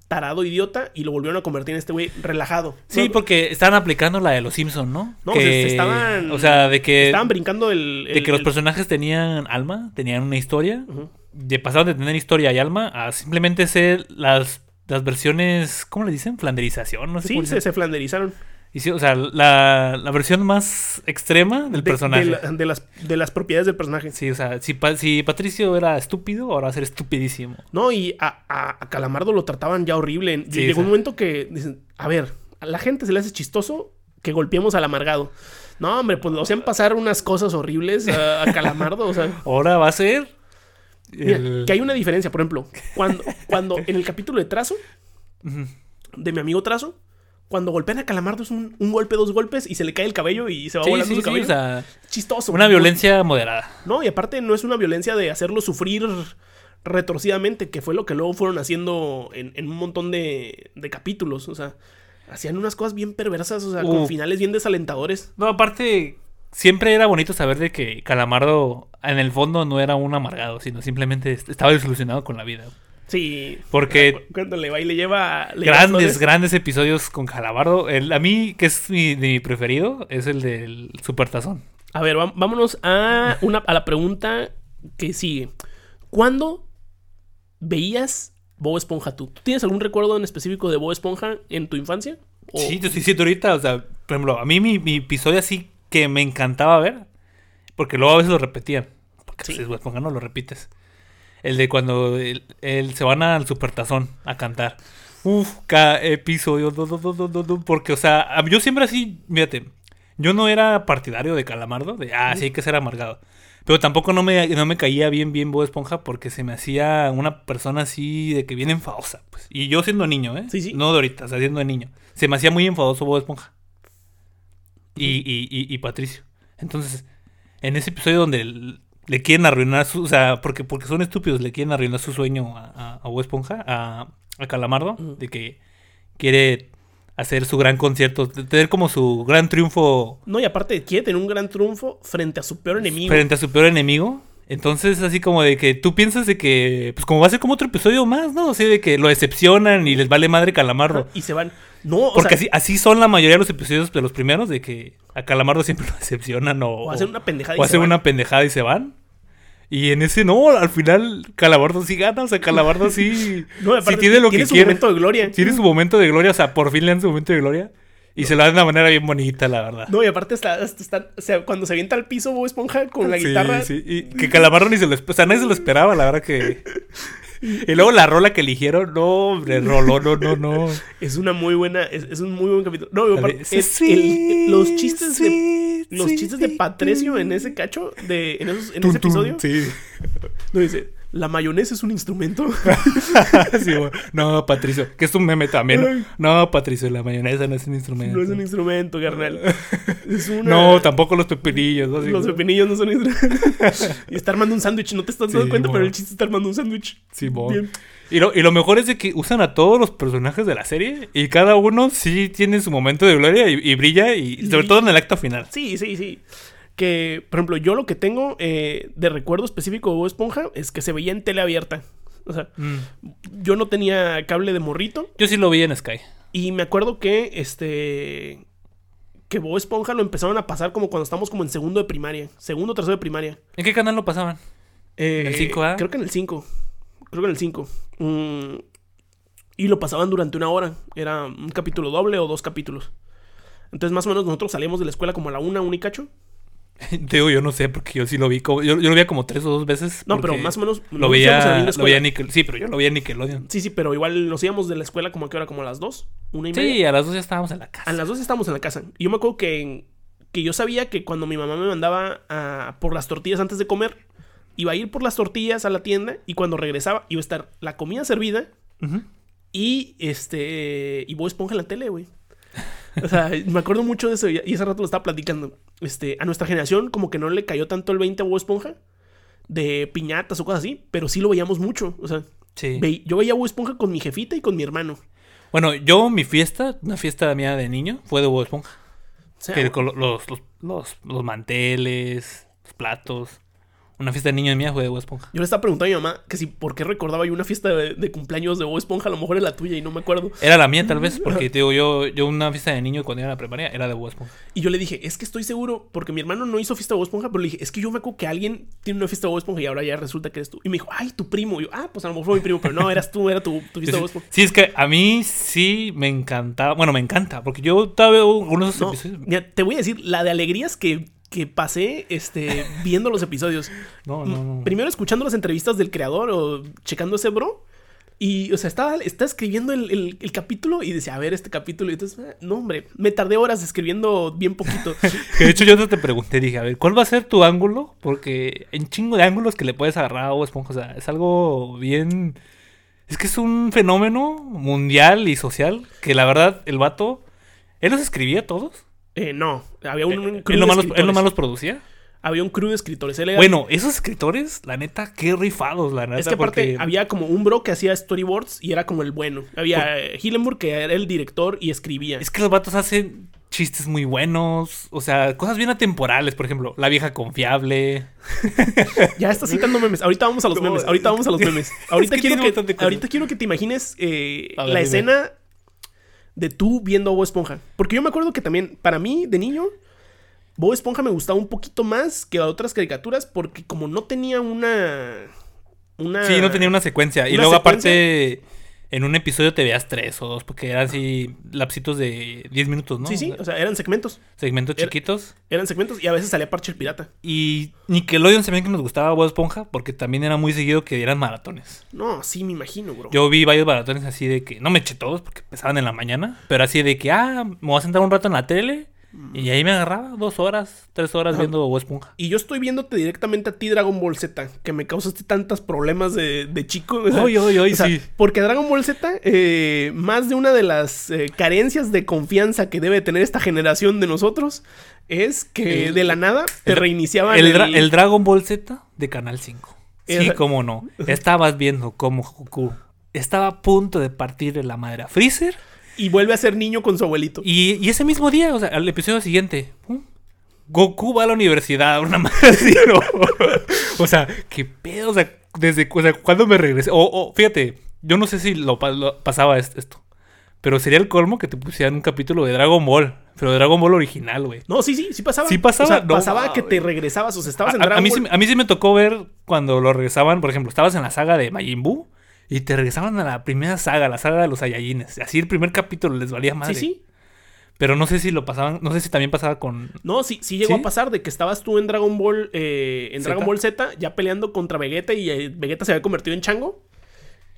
A: tarado idiota y lo volvieron a convertir en este güey relajado.
B: Sí,
A: No,
B: porque estaban aplicando la de los Simpsons, ¿no?
A: No,
B: Que-
A: se- se estaban-
B: O sea, de que,
A: Estaban brincando el...
B: de
A: el-
B: que los
A: el-
B: personajes tenían alma, tenían una historia.
A: Ujú.
B: de pasaron de tener historia y alma a simplemente ser las, las versiones, ¿cómo le dicen? Flanderización, no sé.
A: Sí,
B: cómo
A: se,
B: dicen.
A: se flanderizaron.
B: Y sí, o sea, la, la versión más extrema del
A: De-
B: personaje.
A: De, la- de las, de las propiedades del personaje.
B: Sí, o sea, si, Pa- si Patricio era estúpido, ahora va a ser estupidísimo.
A: No, y a, a- a Calamardo lo trataban ya horrible.
B: Sí,
A: Llegó
B: sí.
A: un momento que dicen, a ver, a la gente se le hace chistoso que golpeemos al amargado. No, hombre, pues lo hacían pasar unas cosas horribles a, a Calamardo. o sea,
B: Ahora va a ser.
A: mira,
B: el-
A: que hay una diferencia, por ejemplo, cuando, cuando en el capítulo de Trazo,
B: Ujú.
A: de mi amigo Trazo, cuando golpean a Calamardo es un, un golpe, dos golpes y se le cae el cabello y se va
B: Sí,
A: volando
B: sí,
A: su
B: sí,
A: cabello.
B: o sea,
A: chistoso.
B: una
A: ¿no?
B: violencia moderada.
A: No, y aparte no es una violencia de hacerlo sufrir retorcidamente, que fue lo que luego fueron haciendo en, en un montón de, de capítulos. O sea, hacían unas cosas bien perversas, o sea, con
B: Uh.
A: finales bien desalentadores.
B: No, aparte, siempre era bonito saber de que Calamardo, en el fondo, no era un amargado, sino simplemente est- estaba desilusionado con la vida.
A: Sí.
B: Porque
A: Cuando le va y le lleva. le lleva
B: grandes,
A: flores.
B: grandes episodios con Calamardo. El, a mí, que es mi, de mi preferido, es el del Supertazón.
A: A ver, vam- vámonos a, una, a la pregunta que sigue. ¿Cuándo veías Bob Esponja tú? ¿Tú tienes algún recuerdo en específico de Bob Esponja en tu infancia? ¿O-
B: Sí, te estoy diciendo ahorita, o sea, por ejemplo, a mí mi, mi episodio así que me encantaba ver, porque luego a veces lo repetían, porque
A: Sí.
B: si es Bob Esponja, no lo repites. El de cuando el, el- se van al supertazón a cantar. Uf, cada episodio, do, do, do, do, do, do, porque, o sea, a mí- yo siempre así, fíjate, yo no era partidario de Calamardo, de, ah, sí hay que ser amargado. Pero tampoco no me, no me caía bien, bien Bob Esponja porque se me hacía una persona así de que bien enfadosa. Pues. Y yo siendo niño, ¿eh?
A: Sí, sí.
B: No de ahorita, o sea, siendo niño. Se me hacía muy enfadoso Bob Esponja. Y, y, y, y Patricio. Entonces, en ese episodio donde l- le quieren arruinar su... O sea, porque, porque son estúpidos, le quieren arruinar su sueño a, a, a Bob Esponja, a, a Calamardo,
A: Ujú.
B: de que quiere hacer su gran concierto, de- tener como su gran triunfo
A: No, y aparte quiere tener un gran triunfo frente a su peor enemigo.
B: frente a su peor enemigo. Entonces, así como de que tú piensas de que, pues como va a ser como otro episodio más, ¿no? Así de que lo decepcionan y les vale madre Calamardo.
A: Y se van. No, o
B: Porque
A: sea,
B: así, así son la mayoría de los episodios de los primeros, de que a Calamardo siempre lo decepcionan o,
A: o hacen una pendejada. y
B: o
A: se
B: hacen
A: van.
B: una pendejada y se van. Y en ese no, al final Calamardo sí gana, o sea, Calamardo sí,
A: No,
B: sí
A: aparte,
B: tiene lo que
A: su
B: quiere.
A: momento de gloria.
B: Tiene su momento de gloria, o sea, por fin le dan su momento de gloria. Y se lo dan de una manera bien bonita, la verdad.
A: No, y aparte está, hasta está- o sea, cuando se avienta al piso Bob Esponja con la
B: Sí,
A: guitarra.
B: sí, y que Calamardo ni se lo esperaba. O sea, nadie se lo esperaba, la verdad que. Y luego la rola que eligieron, no, hombre, roló, no, no, no.
A: Es una muy buena, es, es un muy buen capítulo. No, y
B: La
A: aparte,
B: de-
A: el-
B: Sí,
A: el- los chistes de
B: sí,
A: los
B: sí,
A: chistes de
B: sí,
A: Patricio
B: sí.
A: en ese cacho, de, en, esos- en
B: Tun,
A: ese
B: tun,
A: episodio,
B: Sí.
A: no dice, la mayonesa es un instrumento.
B: Sí, bueno. No, Patricio, que es un meme también. No, Patricio, la mayonesa no es un instrumento.
A: no es un instrumento, carnal. Es una-
B: No, tampoco los pepinillos. ¿no? Así
A: Los
B: como-
A: pepinillos no son instrumentos. y está armando un sándwich, no te estás dando
B: Sí,
A: cuenta, pero
B: mo.
A: el chiste está armando un sándwich.
B: Sí, mo.
A: Bien.
B: Y lo, y lo mejor es de que usan a todos los personajes de la serie y cada uno sí tiene su momento de gloria y, y brilla y sobre
A: Y-
B: todo en el acto final.
A: Sí, sí, sí. Que, por ejemplo, yo lo que tengo eh, de recuerdo específico de Bob Esponja es que se veía en tele abierta. O sea,
B: Mm.
A: yo no tenía cable de morrito
B: Yo sí lo vi en Sky.
A: y me acuerdo que este que Bob Esponja lo empezaron a pasar como cuando estamos como en segundo de primaria, segundo tercero de primaria.
B: ¿En qué canal lo pasaban?
A: ¿En
B: el 5A?
A: Creo que en el 5. Creo que en el 5. Mm, y lo pasaban durante una hora. Era un capítulo doble o dos capítulos. Entonces, más o menos, nosotros salíamos de la escuela como a la una, un y cacho.
B: Te digo, yo no sé, porque yo sí lo vi. Como, yo, yo lo veía como tres o dos veces.
A: No, pero
B: porque
A: más o menos.
B: Lo
A: nosotros íbamos a la
B: veía,
A: misma
B: lo veía
A: escuela.
B: Nickel- Sí, pero yo lo veía en Nickelodeon.
A: Sí, sí, pero igual nos íbamos de la escuela como a qué hora, como a las 2, una y media.
B: Sí, a las dos ya estábamos en la casa.
A: A las 2 estábamos en la casa. Y yo me acuerdo que, que yo sabía que cuando mi mamá me mandaba a- por las tortillas antes de comer, iba a ir por las tortillas a la tienda y cuando regresaba iba a estar la comida servida
B: Ujú.
A: y este y Bob Esponja en la tele, güey. O sea, me acuerdo mucho de eso y y hace rato lo estaba platicando. Este, a nuestra generación como que no le cayó tanto el 20 a Bob Esponja de piñatas o cosas así, pero sí lo veíamos mucho. O sea,
B: Sí.
A: ve- yo veía Bob Esponja con mi jefita y con mi hermano. O
B: Bueno, yo, mi fiesta, una fiesta mía de niño, fue de Bob Esponja.
A: sea,
B: Que con lo- los, los, los, los manteles, los platos. Una fiesta de niño mía fue de Bob Esponja.
A: yo le estaba preguntando a mi mamá que si por qué recordaba yo una fiesta de, de cumpleaños de Bob Esponja, a lo mejor es la tuya y no me acuerdo.
B: Era la mía, tal
A: Mm.
B: vez, porque te digo, yo, yo una fiesta de niño cuando iba a la primaria era de Bob Esponja.
A: Y yo le dije, es que estoy seguro, porque mi hermano no hizo fiesta de Bob Esponja, pero le dije, es que yo me acuerdo que alguien tiene una fiesta de Bob Esponja y ahora ya resulta que eres tú. Y me dijo, ay, tu primo. Y yo, ah, pues a lo mejor fue mi primo, pero no, eras tú, era tu, tu fiesta de Bob
B: Sí,
A: Esponja.
B: sí, es que a mí sí me encantaba. Bueno, me encanta, porque yo todavía veo unos de esos
A: No,
B: episodios.
A: mira, te voy a decir la de alegrías que, que pasé este, viendo los episodios.
B: No, no, no.
A: Primero escuchando las entrevistas del creador o checando ese bro. Y, o sea, estaba, estaba escribiendo el, el- el capítulo y decía, a ver, este capítulo. Y entonces, ah, no, hombre, me tardé horas escribiendo bien poquito.
B: Que de hecho yo te- te pregunté, dije, a ver, ¿cuál va a ser tu ángulo? Porque hay un chingo de ángulos que le puedes agarrar a Bob Esponja. O sea, es algo bien... Es que es un fenómeno mundial y social que la verdad, el vato... ¿Él los escribía a todos?
A: Eh, no, había un, un
B: ¿Él
A: crew de
B: nomás los, él
A: escritores.
B: nomás los producía?
A: Había un crew de escritores. Él era-
B: Bueno, esos escritores, la neta, qué rifados, la neta.
A: Es que aparte
B: porque...
A: había como un bro que hacía storyboards y era como el bueno. Había eh, Hillenburg que era el director y escribía.
B: Es que los vatos hacen chistes muy buenos, o sea, cosas bien atemporales, por ejemplo, la vieja confiable.
A: Ya estás citando memes. Ahorita vamos a los
B: No,
A: memes. Ahorita vamos a los memes. Ahorita,
B: que
A: quiero,
B: tiene bastante
A: que,
B: cosas.
A: ahorita quiero que te imagines eh,
B: A ver,
A: la
B: dime.
A: escena de tú viendo a Bob Esponja. Porque yo me acuerdo que también, para mí, de niño, Bob Esponja me gustaba un poquito más que a otras caricaturas porque como no tenía una... una
B: Sí, no tenía una secuencia. Y
A: ¿Una
B: luego, aparte, en un episodio te veas tres o dos, porque eran así lapsitos de 10 minutos, ¿no?
A: Sí, sí. O sea, eran segmentos.
B: Segmentos
A: Era-
B: chiquitos.
A: Eran segmentos y a veces salía Parche el Pirata.
B: Y Nickelodeon se ven que nos gustaba Bob Esponja, porque también era muy seguido que dieran maratones.
A: No, sí, me imagino, bro.
B: Yo vi varios maratones así de que, no me eché todos porque empezaban en la mañana, pero así de que, ah, me voy a sentar un rato en la tele. Y ahí me agarraba dos horas, tres horas
A: Mm. Ajá.
B: viendo Bob Esponja.
A: Y yo estoy viéndote directamente a ti, Dragon Ball Z, que me causaste tantos problemas de, de chico. o sea,
B: Ay, ay, ay,
A: o sea,
B: sí.
A: Porque Dragon Ball Z, eh, más de una de las eh, carencias de confianza que debe tener esta generación de nosotros es que
B: El-
A: de la nada te
B: el-
A: reiniciaban.
B: El, dra- el Dragon Ball Z de Canal 5. Sí,
A: Esa-
B: cómo no. Estabas viendo cómo Goku estaba a punto de partirle la madre a Freezer.
A: Y vuelve a ser niño con su abuelito.
B: Y, y ese mismo día, o sea, al episodio siguiente, ¡pum! Goku va a la universidad, una madre así, ¿no? o sea, qué pedo, o sea, desde cu- o sea, cuándo me regresé. O, o, fíjate, yo no sé si lo, pa- lo- pasaba est- esto, pero sería el colmo que te pusieran un capítulo de Dragon Ball, pero de Dragon Ball original, güey.
A: No, sí, sí, sí pasaba.
B: Sí pasaba,
A: O sea,
B: no,
A: pasaba que
B: güey.
A: te regresabas, o sea, estabas en
B: A- a-
A: Dragon
B: a, mí sí,
A: Ball.
B: me- a mí sí me tocó ver cuando lo regresaban, por ejemplo, estabas en la saga de Majin Buu y te regresaban a la primera saga, la saga de los Saiyajines. Así el primer capítulo les valía madre.
A: Sí, sí.
B: Pero no sé si lo pasaban, no sé si también pasaba con...
A: No, sí, sí llegó
B: ¿Sí?
A: a pasar de que estabas tú en Dragon Ball, eh, en
B: Z.
A: Dragon Ball Z, ya peleando contra Vegeta y eh, Vegeta se había convertido en chango.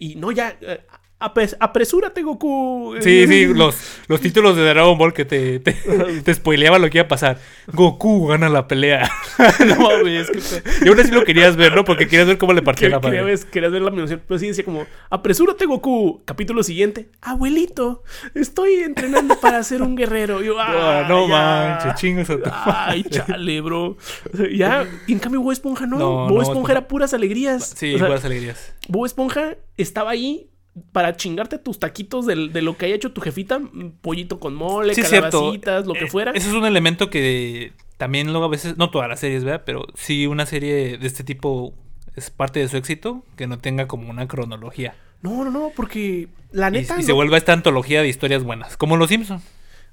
A: Y no, ya, eh, apres- apresúrate, Goku. Eh,
B: Sí, sí, los, los títulos de Dragon Ball que te, te, te spoileaban lo que iba a pasar. Goku gana la pelea. no mames, qué pe- Y aún así lo querías ver, ¿no? Porque querías ver cómo le partía
A: Quería,
B: la
A: quería
B: madre.
A: ver, querías ver la animación, pero sí decía como, apresúrate Goku, capítulo siguiente, abuelito, estoy entrenando para ser un guerrero. Y yo, ah,
B: Ah, no
A: ya. Ah.
B: manches, chingos.
A: Ay, chale, bro. O sea, Ya, y en cambio Bob Esponja no,
B: No,
A: Bob
B: no,
A: Esponja era puras alegrías.
B: Sí,
A: O sea,
B: buenas alegrías.
A: Bob Esponja estaba ahí para chingarte tus taquitos del- de, lo que haya hecho tu jefita, mm, pollito con mole,
B: Sí, es cierto.
A: calabacitas, lo que
B: Eh,
A: fuera.
B: Ese es un elemento que también luego a veces, no todas las series, ¿verdad? Pero sí una serie de este tipo es parte de su éxito, que no tenga como una cronología.
A: No, no, no, porque la
B: Y,
A: neta.
B: y se
A: no-
B: vuelva esta antología de historias buenas, como Los Simpson.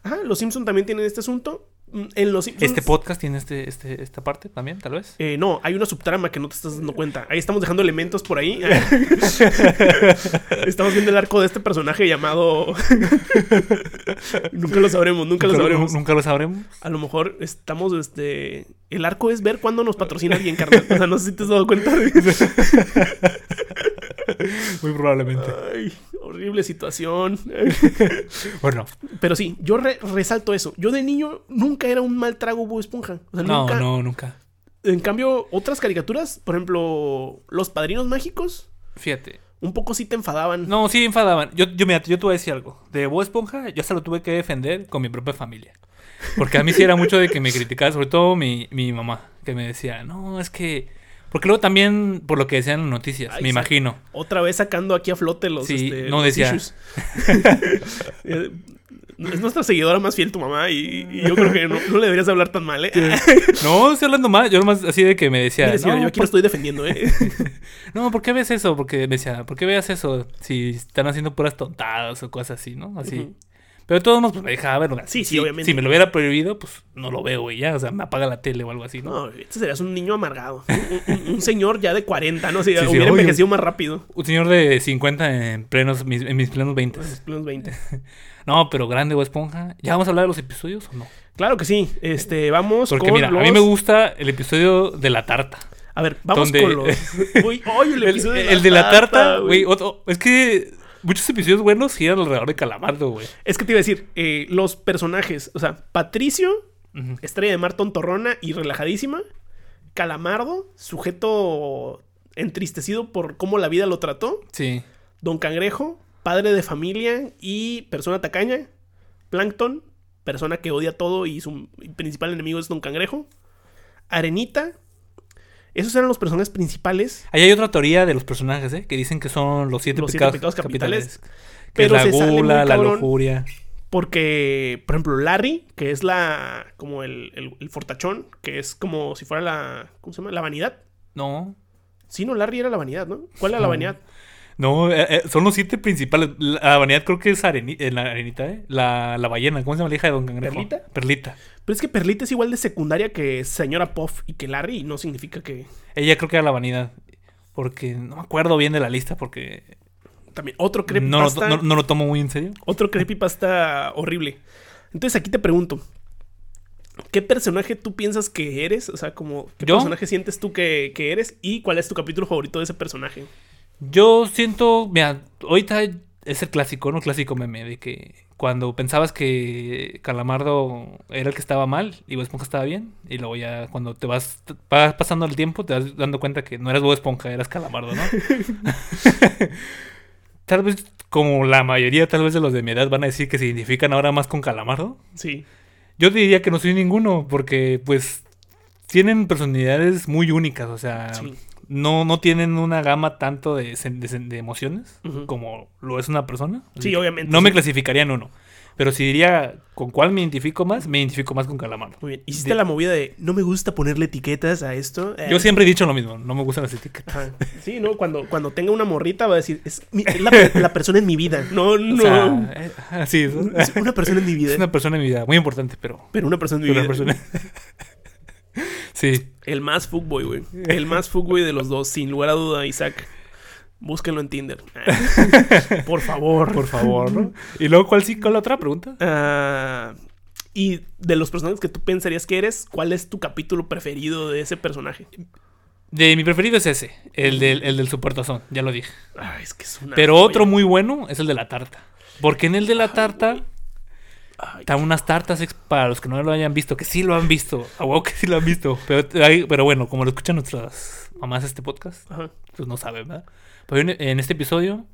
A: Ajá, los Simpson también tienen este asunto. Mm, En los Simpsons.
B: Este podcast tiene este, este, esta parte también, tal vez.
A: Eh, no, hay una subtrama que no te estás dando cuenta. Ahí estamos dejando elementos por ahí. estamos viendo el arco de este personaje llamado. nunca lo sabremos, nunca lo sabremos.
B: Nunca lo sabremos.
A: A lo mejor estamos, este. El arco es ver cuándo nos patrocina alguien, carnal. O sea, no sé si te has dado cuenta de eso.
B: Muy probablemente.
A: Ay, horrible situación.
B: Bueno,
A: Pero sí, yo re- resalto eso. Yo de niño nunca era un mal trago Bob Esponja. O sea,
B: no,
A: nunca.
B: no, nunca.
A: En cambio, otras caricaturas, por ejemplo, Los Padrinos Mágicos,
B: Fíjate.
A: Un poco sí te enfadaban.
B: No, sí enfadaban. Yo, yo, mira, yo te voy a decir algo. De Bob Esponja, yo se lo tuve que defender con mi propia familia. Porque a mí sí era mucho de que me criticaba, sobre todo mi, mi mamá, que me decía, no, es que... Porque luego también, por lo que decían en las noticias,
A: Ay,
B: me
A: sí.
B: imagino.
A: Otra vez sacando aquí a flote los.
B: Sí,
A: este,
B: no
A: los
B: decía.
A: issues. Eh, es nuestra seguidora más fiel tu mamá y, y yo creo que no, no le deberías hablar tan mal, ¿eh?
B: No, estoy hablando mal. Yo nomás así de que me decía,
A: Mira, señora,
B: no,
A: yo aquí lo
B: ¿por,
A: estoy defendiendo, ¿eh?
B: no, ¿por qué ves eso? Porque me decía, ¿por qué veas eso? Si están haciendo puras tontadas o cosas así, ¿no? Así.
A: Ujú.
B: Pero de todos modos, pues me dejaba verlo.
A: Sí, sí,
B: Si-
A: obviamente.
B: Si me lo hubiera prohibido, pues no lo veo y ya. O sea, me apaga la tele o algo así, ¿no?
A: No, este serías un niño amargado. Un, un- un señor ya de 40, ¿no? Si
B: Sí, sí,
A: hubiera
B: obvio.
A: envejecido más rápido.
B: Un señor de 50 en plenos, mis- en mis plenos 20.
A: Unos 20.
B: No, pero grande o esponja. ¿Ya vamos a hablar de los episodios o no?
A: Claro que sí. Este, vamos
B: Porque
A: con
B: mira,
A: los...
B: a mí me gusta el episodio de la tarta.
A: A ver, vamos
B: donde-
A: con los... Uy, ay, el,
B: El,
A: episodio
B: el de la tarta, güey. otro- Es que muchos episodios buenos giran alrededor de Calamardo, güey.
A: Es que te iba a decir, eh, los personajes, o sea, Patricio,
B: Ujú.
A: estrella de mar tontorrona y relajadísima, Calamardo, sujeto entristecido por cómo la vida lo trató,
B: Sí.
A: Don Cangrejo, padre de familia y persona tacaña, Plankton, persona que odia todo y su principal enemigo es Don Cangrejo, Arenita, esos eran los personajes principales
B: Ahí hay otra teoría de los personajes, ¿eh? Que dicen que son los siete,
A: Los siete
B: pecados,
A: pecados capitales.
B: capitales. Que
A: Pero
B: es
A: se
B: la
A: sale muy
B: gula, la
A: cabrón.
B: lujuria.
A: Porque, por ejemplo, Larry, que es la. como el, el- el fortachón, que es como si fuera la. ¿Cómo se llama? La vanidad.
B: No.
A: Sí, no, Larry era la vanidad, ¿no? ¿Cuál era la
B: No.
A: vanidad?
B: No, eh, eh, son los siete principales. La vanidad creo que es areni- eh, la arenita, ¿eh? La, la ballena. ¿Cómo se llama la hija de Don Cangrejo?
A: ¿Perlita?
B: Perlita.
A: Pero es que Perlita es igual de secundaria que señora Puff y que Larry, y no significa que.
B: Ella creo que era la vanidad. Porque no me acuerdo bien de la lista porque
A: También, otro
B: no lo,
A: creepypasta.
B: no- no lo tomo muy en serio.
A: Otro creepypasta horrible. Entonces aquí te pregunto. ¿Qué personaje tú piensas que eres? O sea, como, ¿qué
B: ¿Yo?
A: personaje sientes tú que, que eres? ¿Y cuál es tu capítulo favorito de ese personaje?
B: Yo siento, mira, ahorita es el clásico, ¿no? Clásico meme de que cuando pensabas que Calamardo era el que estaba mal y Bob Esponja estaba bien, y luego ya cuando te vas, vas pasando el tiempo te vas dando cuenta que no eras Bob Esponja, eras Calamardo, ¿no? tal vez, como la mayoría tal vez de los de mi edad van a decir que se identifican ahora más con Calamardo,
A: Sí.
B: yo diría que no soy ninguno, porque pues tienen personalidades muy únicas, o sea,
A: Sí.
B: no, no tienen una gama tanto de, sen- de sen- de emociones
A: Ujú.
B: como lo es una persona.
A: Sí, obviamente,
B: No me
A: sí.
B: clasificaría en uno. Pero si diría con cuál me identifico más, me identifico más con Calamardo.
A: Muy bien. Hiciste la movida de no me gusta ponerle etiquetas a esto. Eh,
B: Yo siempre he dicho lo mismo, no me gustan las etiquetas.
A: ajá. Sí, ¿no? Cuando, cuando tenga una morrita va a decir, es, mi- es la, per- la persona en mi vida. No,
B: O
A: no. eh.
B: sea, eh, ajá, sí, es,
A: es una persona en mi vida.
B: es una persona en mi vida, muy importante, pero...
A: Pero una persona en mi
B: pero
A: vida.
B: una persona... sí,
A: El más fuckboy, güey. El más fuckboy de los dos, sin lugar a duda, Isaac. Búsquenlo en Tinder. Por favor.
B: por favor. ¿no? Y luego, ¿cuál sí? ¿Cuál la otra pregunta?
A: Ah, y de los personajes que tú pensarías que eres, ¿cuál es tu capítulo preferido de ese personaje?
B: De mi preferido es ese, el del, el del supertazón, ya lo dije.
A: Ay, Ah, es que es una
B: Pero
A: joya.
B: otro muy bueno es el de la tarta. Porque en el de la tarta
A: Ay,
B: están unas tartas ex- para los que no lo hayan visto, que sí lo han visto. A huevo que sí lo han visto. Pero, hay- pero bueno, como lo escuchan nuestras mamás este podcast,
A: ajá.
B: pues no saben, ¿verdad? Pero en, en este episodio,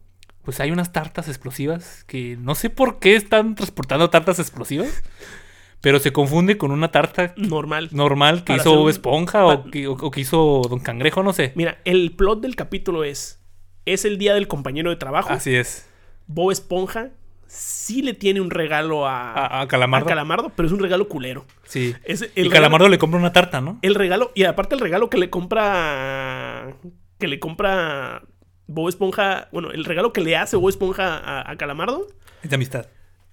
B: pues hay unas tartas explosivas que no sé por qué están transportando tartas explosivas. Pero se confunde con una tarta
A: Normal.
B: normal que
A: Para
B: hizo
A: hacer un-
B: Bob Esponja
A: pa-
B: o que, o- o que hizo Don Cangrejo, no sé.
A: Mira, el plot del capítulo es: es el día del compañero de trabajo.
B: Así es.
A: Bob Esponja sí le tiene un regalo a,
B: Ah, A, a
A: a
B: Calamardo.
A: Calamardo, pero es un regalo culero.
B: Sí.
A: Es el
B: Y
A: regalo-
B: Calamardo le compra una tarta, ¿no?
A: El regalo, y aparte el regalo que le compra. Que le compra Bob Esponja. Bueno, el regalo que le hace Bob Esponja a, a Calamardo
B: Es de amistad.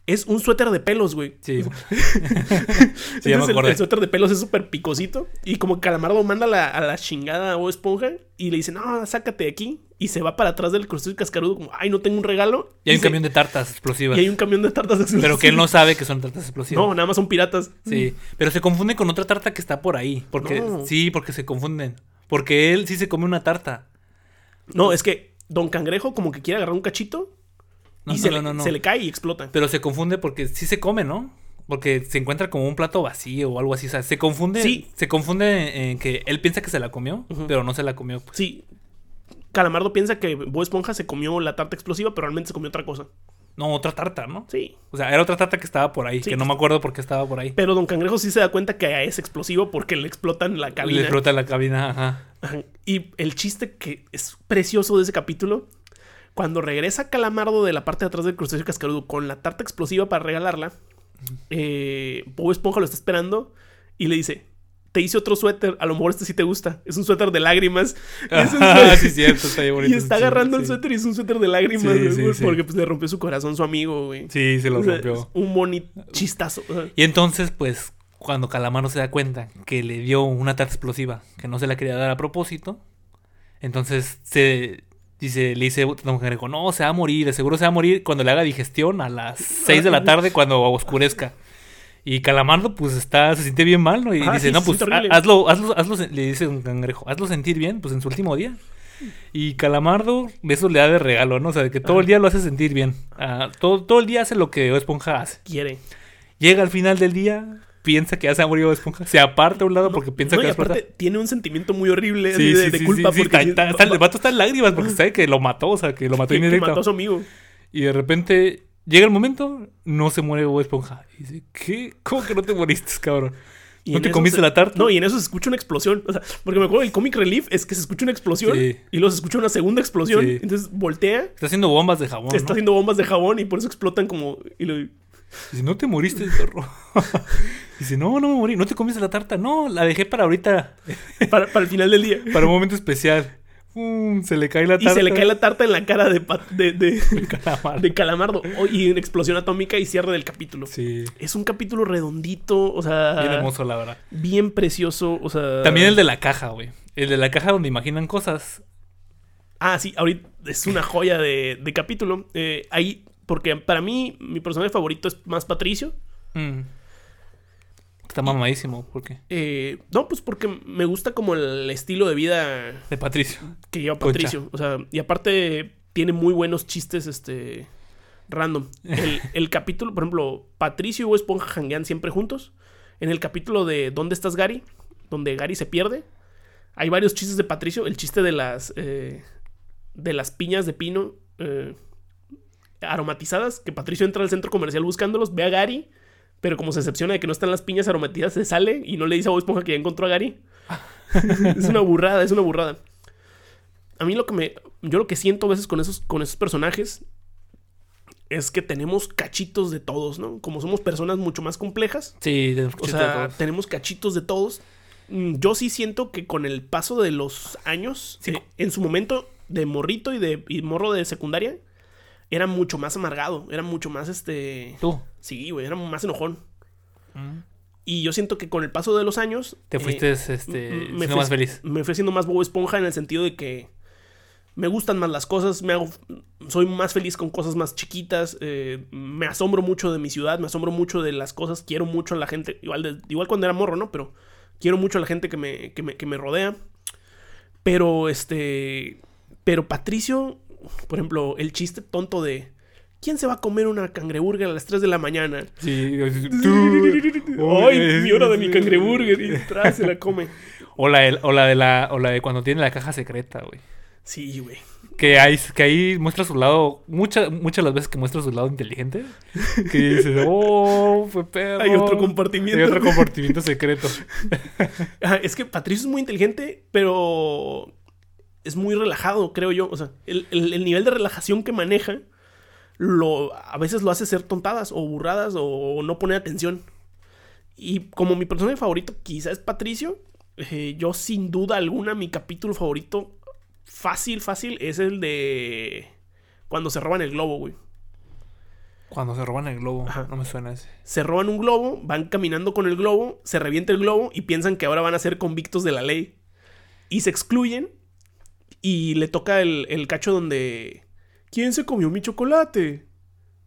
A: es un suéter de pelos, güey.
B: Sí.
A: Entonces,
B: ya me
A: el- el,
B: acordé.
A: suéter de pelos es súper picosito. Y como que Calamardo manda la- a la chingada a Bob Esponja y le dice, no, sácate de aquí. Y se va para atrás del crustáceo cascarudo como, ay, no tengo un regalo.
B: Y hay un
A: se-
B: camión de tartas explosivas.
A: y hay un camión de tartas explosivas.
B: Pero que él no sabe que son tartas explosivas.
A: No, nada más son piratas.
B: Sí. Pero se confunde con otra tarta que está por ahí. Porque,
A: No.
B: Sí, porque se confunden. Porque él sí se come una tarta.
A: No, es que Don Cangrejo como que quiere agarrar un cachito
B: No,
A: y
B: no,
A: se,
B: no,
A: le,
B: no, no.
A: se le cae y explota.
B: Pero se confunde porque sí se come, ¿no? Porque se encuentra como un plato vacío o algo así. O sea, se confunde.
A: Sí.
B: Se confunde en que él piensa que se la comió,
A: Ujú.
B: pero no se la comió. pues.
A: Sí. Calamardo piensa que Bob Esponja se comió la tarta explosiva, pero realmente se comió otra cosa.
B: No, otra tarta, ¿no?
A: Sí.
B: O sea, era otra tarta que estaba por ahí,
A: Sí.
B: que no me acuerdo por qué estaba por ahí.
A: Pero Don Cangrejo sí se da cuenta que es explosivo porque le explotan la cabina.
B: Le explota la cabina, ajá.
A: Ajá. Y el chiste que es precioso de ese capítulo, cuando regresa Calamardo de la parte de atrás del crustáceo cascarudo con la tarta explosiva para regalarla, eh, Bob Esponja lo está esperando y le dice, te hice otro suéter, a lo mejor este sí te gusta, es un suéter de lágrimas. Y es un
B: Ah,
A: suéter-
B: sí, cierto, está bien bonito
A: y está
B: ese
A: agarrando
B: suéter,
A: el
B: sí.
A: suéter y es un suéter de lágrimas,
B: Sí,
A: güey,
B: sí,
A: güey,
B: sí.
A: porque pues, le rompió su corazón su amigo, güey.
B: Sí, se lo
A: O sea,
B: rompió.
A: es un bonito chistazo. ajá.
B: Y entonces, pues, cuando Calamaro se da cuenta que le dio una tarta explosiva que no se la quería dar a propósito, entonces se dice, le dice Don Cangrejo, no, se va a morir, de seguro se va a morir cuando le haga digestión a las 6 de la tarde cuando oscurezca. Y Calamardo, pues, está, se siente bien mal, ¿no? Y
A: Ah,
B: dice,
A: sí,
B: no,
A: se
B: pues,
A: siente horrible".
B: ha- hazlo, hazlo, hazlo, se- le dice Don Cangrejo, hazlo sentir bien, pues, en su último día. Y Calamardo, eso le da de regalo, ¿no? O sea, de que todo el día lo hace sentir bien. Ah, todo, todo el día hace lo que Esponja hace.
A: Quiere.
B: Llega al final del día, piensa que ya se ha morido Bob Esponja, se aparta a un lado porque piensa
A: No, y
B: que va a explotar.
A: aparte tiene un sentimiento muy horrible así
B: Sí,
A: de,
B: sí,
A: de
B: sí,
A: culpa
B: sí, sí,
A: porque...
B: está- está- el vato está en lágrimas porque sabe que lo mató, o sea, que lo mató
A: que- que
B: indirecto.
A: mató a su amigo.
B: Y de repente llega el momento, no se muere Bob Esponja. Y dice, ¿qué? ¿Cómo que no te moriste, cabrón?
A: Y
B: ¿No
A: en
B: te
A: eso
B: comiste
A: se-
B: la tarta?
A: No, y en eso se escucha una explosión. O sea, porque me acuerdo el comic relief es que se escucha una explosión
B: Sí.
A: y luego se escucha una segunda explosión.
B: Sí.
A: Entonces voltea,
B: Está haciendo bombas de jabón,
A: está
B: ¿no?
A: haciendo bombas de jabón y por eso explotan como. Y lo-
B: Dice, no te moriste, perro. dice, no, no me morí. ¿No te comiste la tarta? No, la dejé para ahorita,
A: para, para el final del día.
B: para un momento especial. Mm, se le cae la
A: Y
B: tarta.
A: se le cae la tarta en la cara de, pa- de, de-
B: Calamar.
A: de Calamardo. Oh, y una explosión atómica y cierre del capítulo.
B: Sí,
A: Es un capítulo redondito, o sea.
B: bien hermoso, la verdad.
A: bien precioso, o sea.
B: También el de la caja, güey. El de la caja donde imaginan cosas.
A: Ah, sí, ahorita es una joya de, de capítulo. Eh, ahí, porque para mí, mi personaje favorito es más Patricio.
B: Mm. Está mamadísimo, ¿por qué?
A: Eh, no, pues porque me gusta como el estilo de vida
B: De Patricio.
A: que lleva
B: Concha.
A: Patricio. O sea, y aparte tiene muy buenos chistes, este, random. El, el capítulo, por ejemplo, Patricio y Bob Esponja janguean siempre juntos. En el capítulo de ¿Dónde estás Gary? Donde Gary se pierde. Hay varios chistes de Patricio. El chiste de las, eh, de las piñas de pino eh, aromatizadas. Que Patricio entra al centro comercial buscándolos, ve a Gary. Pero como se decepciona de que no están las piñas aromatizadas, se sale y no le dice a Bob Esponja que ya encontró a Gary. es una burrada, es una burrada a mí lo que me. Yo lo que siento a veces con esos, con esos personajes es que tenemos cachitos de todos, ¿no? Como somos personas mucho más complejas,
B: Sí, de
A: o sea, tenemos cachitos de todos. Mm, Yo sí siento que con el paso de los años,
B: Sí.
A: eh, en su momento de morrito y de y morro de secundaria, era mucho más amargado, era mucho más este.
B: Tú.
A: Sí, güey, era más enojón.
B: Mm.
A: Y yo siento que con el paso de los años.
B: Te
A: eh,
B: fuiste, este,
A: m-
B: siendo
A: fui-
B: más feliz.
A: Me fui haciendo más Bob Esponja en el sentido de que me gustan más las cosas, me hago, soy más feliz con cosas más chiquitas, eh, me asombro mucho de mi ciudad, me asombro mucho de las cosas, quiero mucho a la gente, igual, de- igual cuando era morro, ¿no? Pero quiero mucho a la gente que me, que me, que me rodea. Pero este, pero Patricio, por ejemplo, el chiste tonto de... ¿Quién se va a comer una cangreburger a las 3 de la mañana?
B: Sí,
A: ¡Ay, mi hora de mi cangreburger! Y tras se la come.
B: O la, de, o, la de la, o la de cuando tiene la caja secreta, güey.
A: Sí, güey.
B: Que ahí, que ahí muestra su lado, muchas muchas las veces que muestra su lado inteligente. Que dices, oh, fue perro.
A: Hay otro compartimiento.
B: Hay otro compartimiento secreto.
A: Ajá, Es que Patricio es muy inteligente, pero es muy relajado, creo yo. O sea, el, el- el nivel de relajación que maneja lo, a veces lo hace ser tontadas o burradas o no poner atención. Y como mi personaje favorito quizás es Patricio, eh, yo sin duda alguna mi capítulo favorito fácil, fácil es el de cuando se roban el globo, güey.
B: Cuando se roban el globo,
A: Ajá.
B: no me suena ese.
A: Se roban un globo, van caminando con el globo, se revienta el globo y piensan que ahora van a ser convictos de la ley. Y se excluyen y le toca el, el cacho donde... ¿Quién se comió mi chocolate?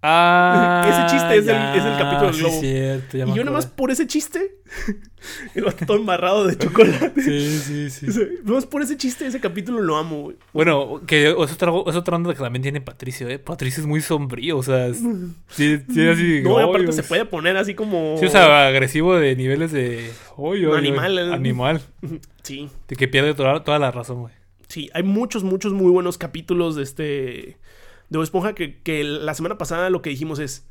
B: Ah,
A: Ese chiste es del- es del capítulo del
B: sí,
A: globo.
B: cierto, ya
A: y
B: me
A: yo nada más
B: acordé.
A: por ese chiste... el vato todo embarrado de chocolate.
B: Sí, sí, sí.
A: O sea, nada más por ese chiste, ese capítulo lo amo, güey.
B: Bueno, que es otra, es otra onda que también tiene Patricio, ¿eh? Patricio es muy sombrío, o sea, es- sí, sí, así.
A: No, y
B: "Ay,
A: aparte
B: es-
A: se puede poner así como...
B: Sí, o sea, agresivo de niveles de. "Ay, ay, ay,
A: Animal, ¿eh?
B: Animal.
A: Sí,
B: De que pierde toda, toda la razón, güey.
A: Sí, hay muchos, muchos muy buenos capítulos de este. de Bob Esponja que, que la semana pasada lo que dijimos es.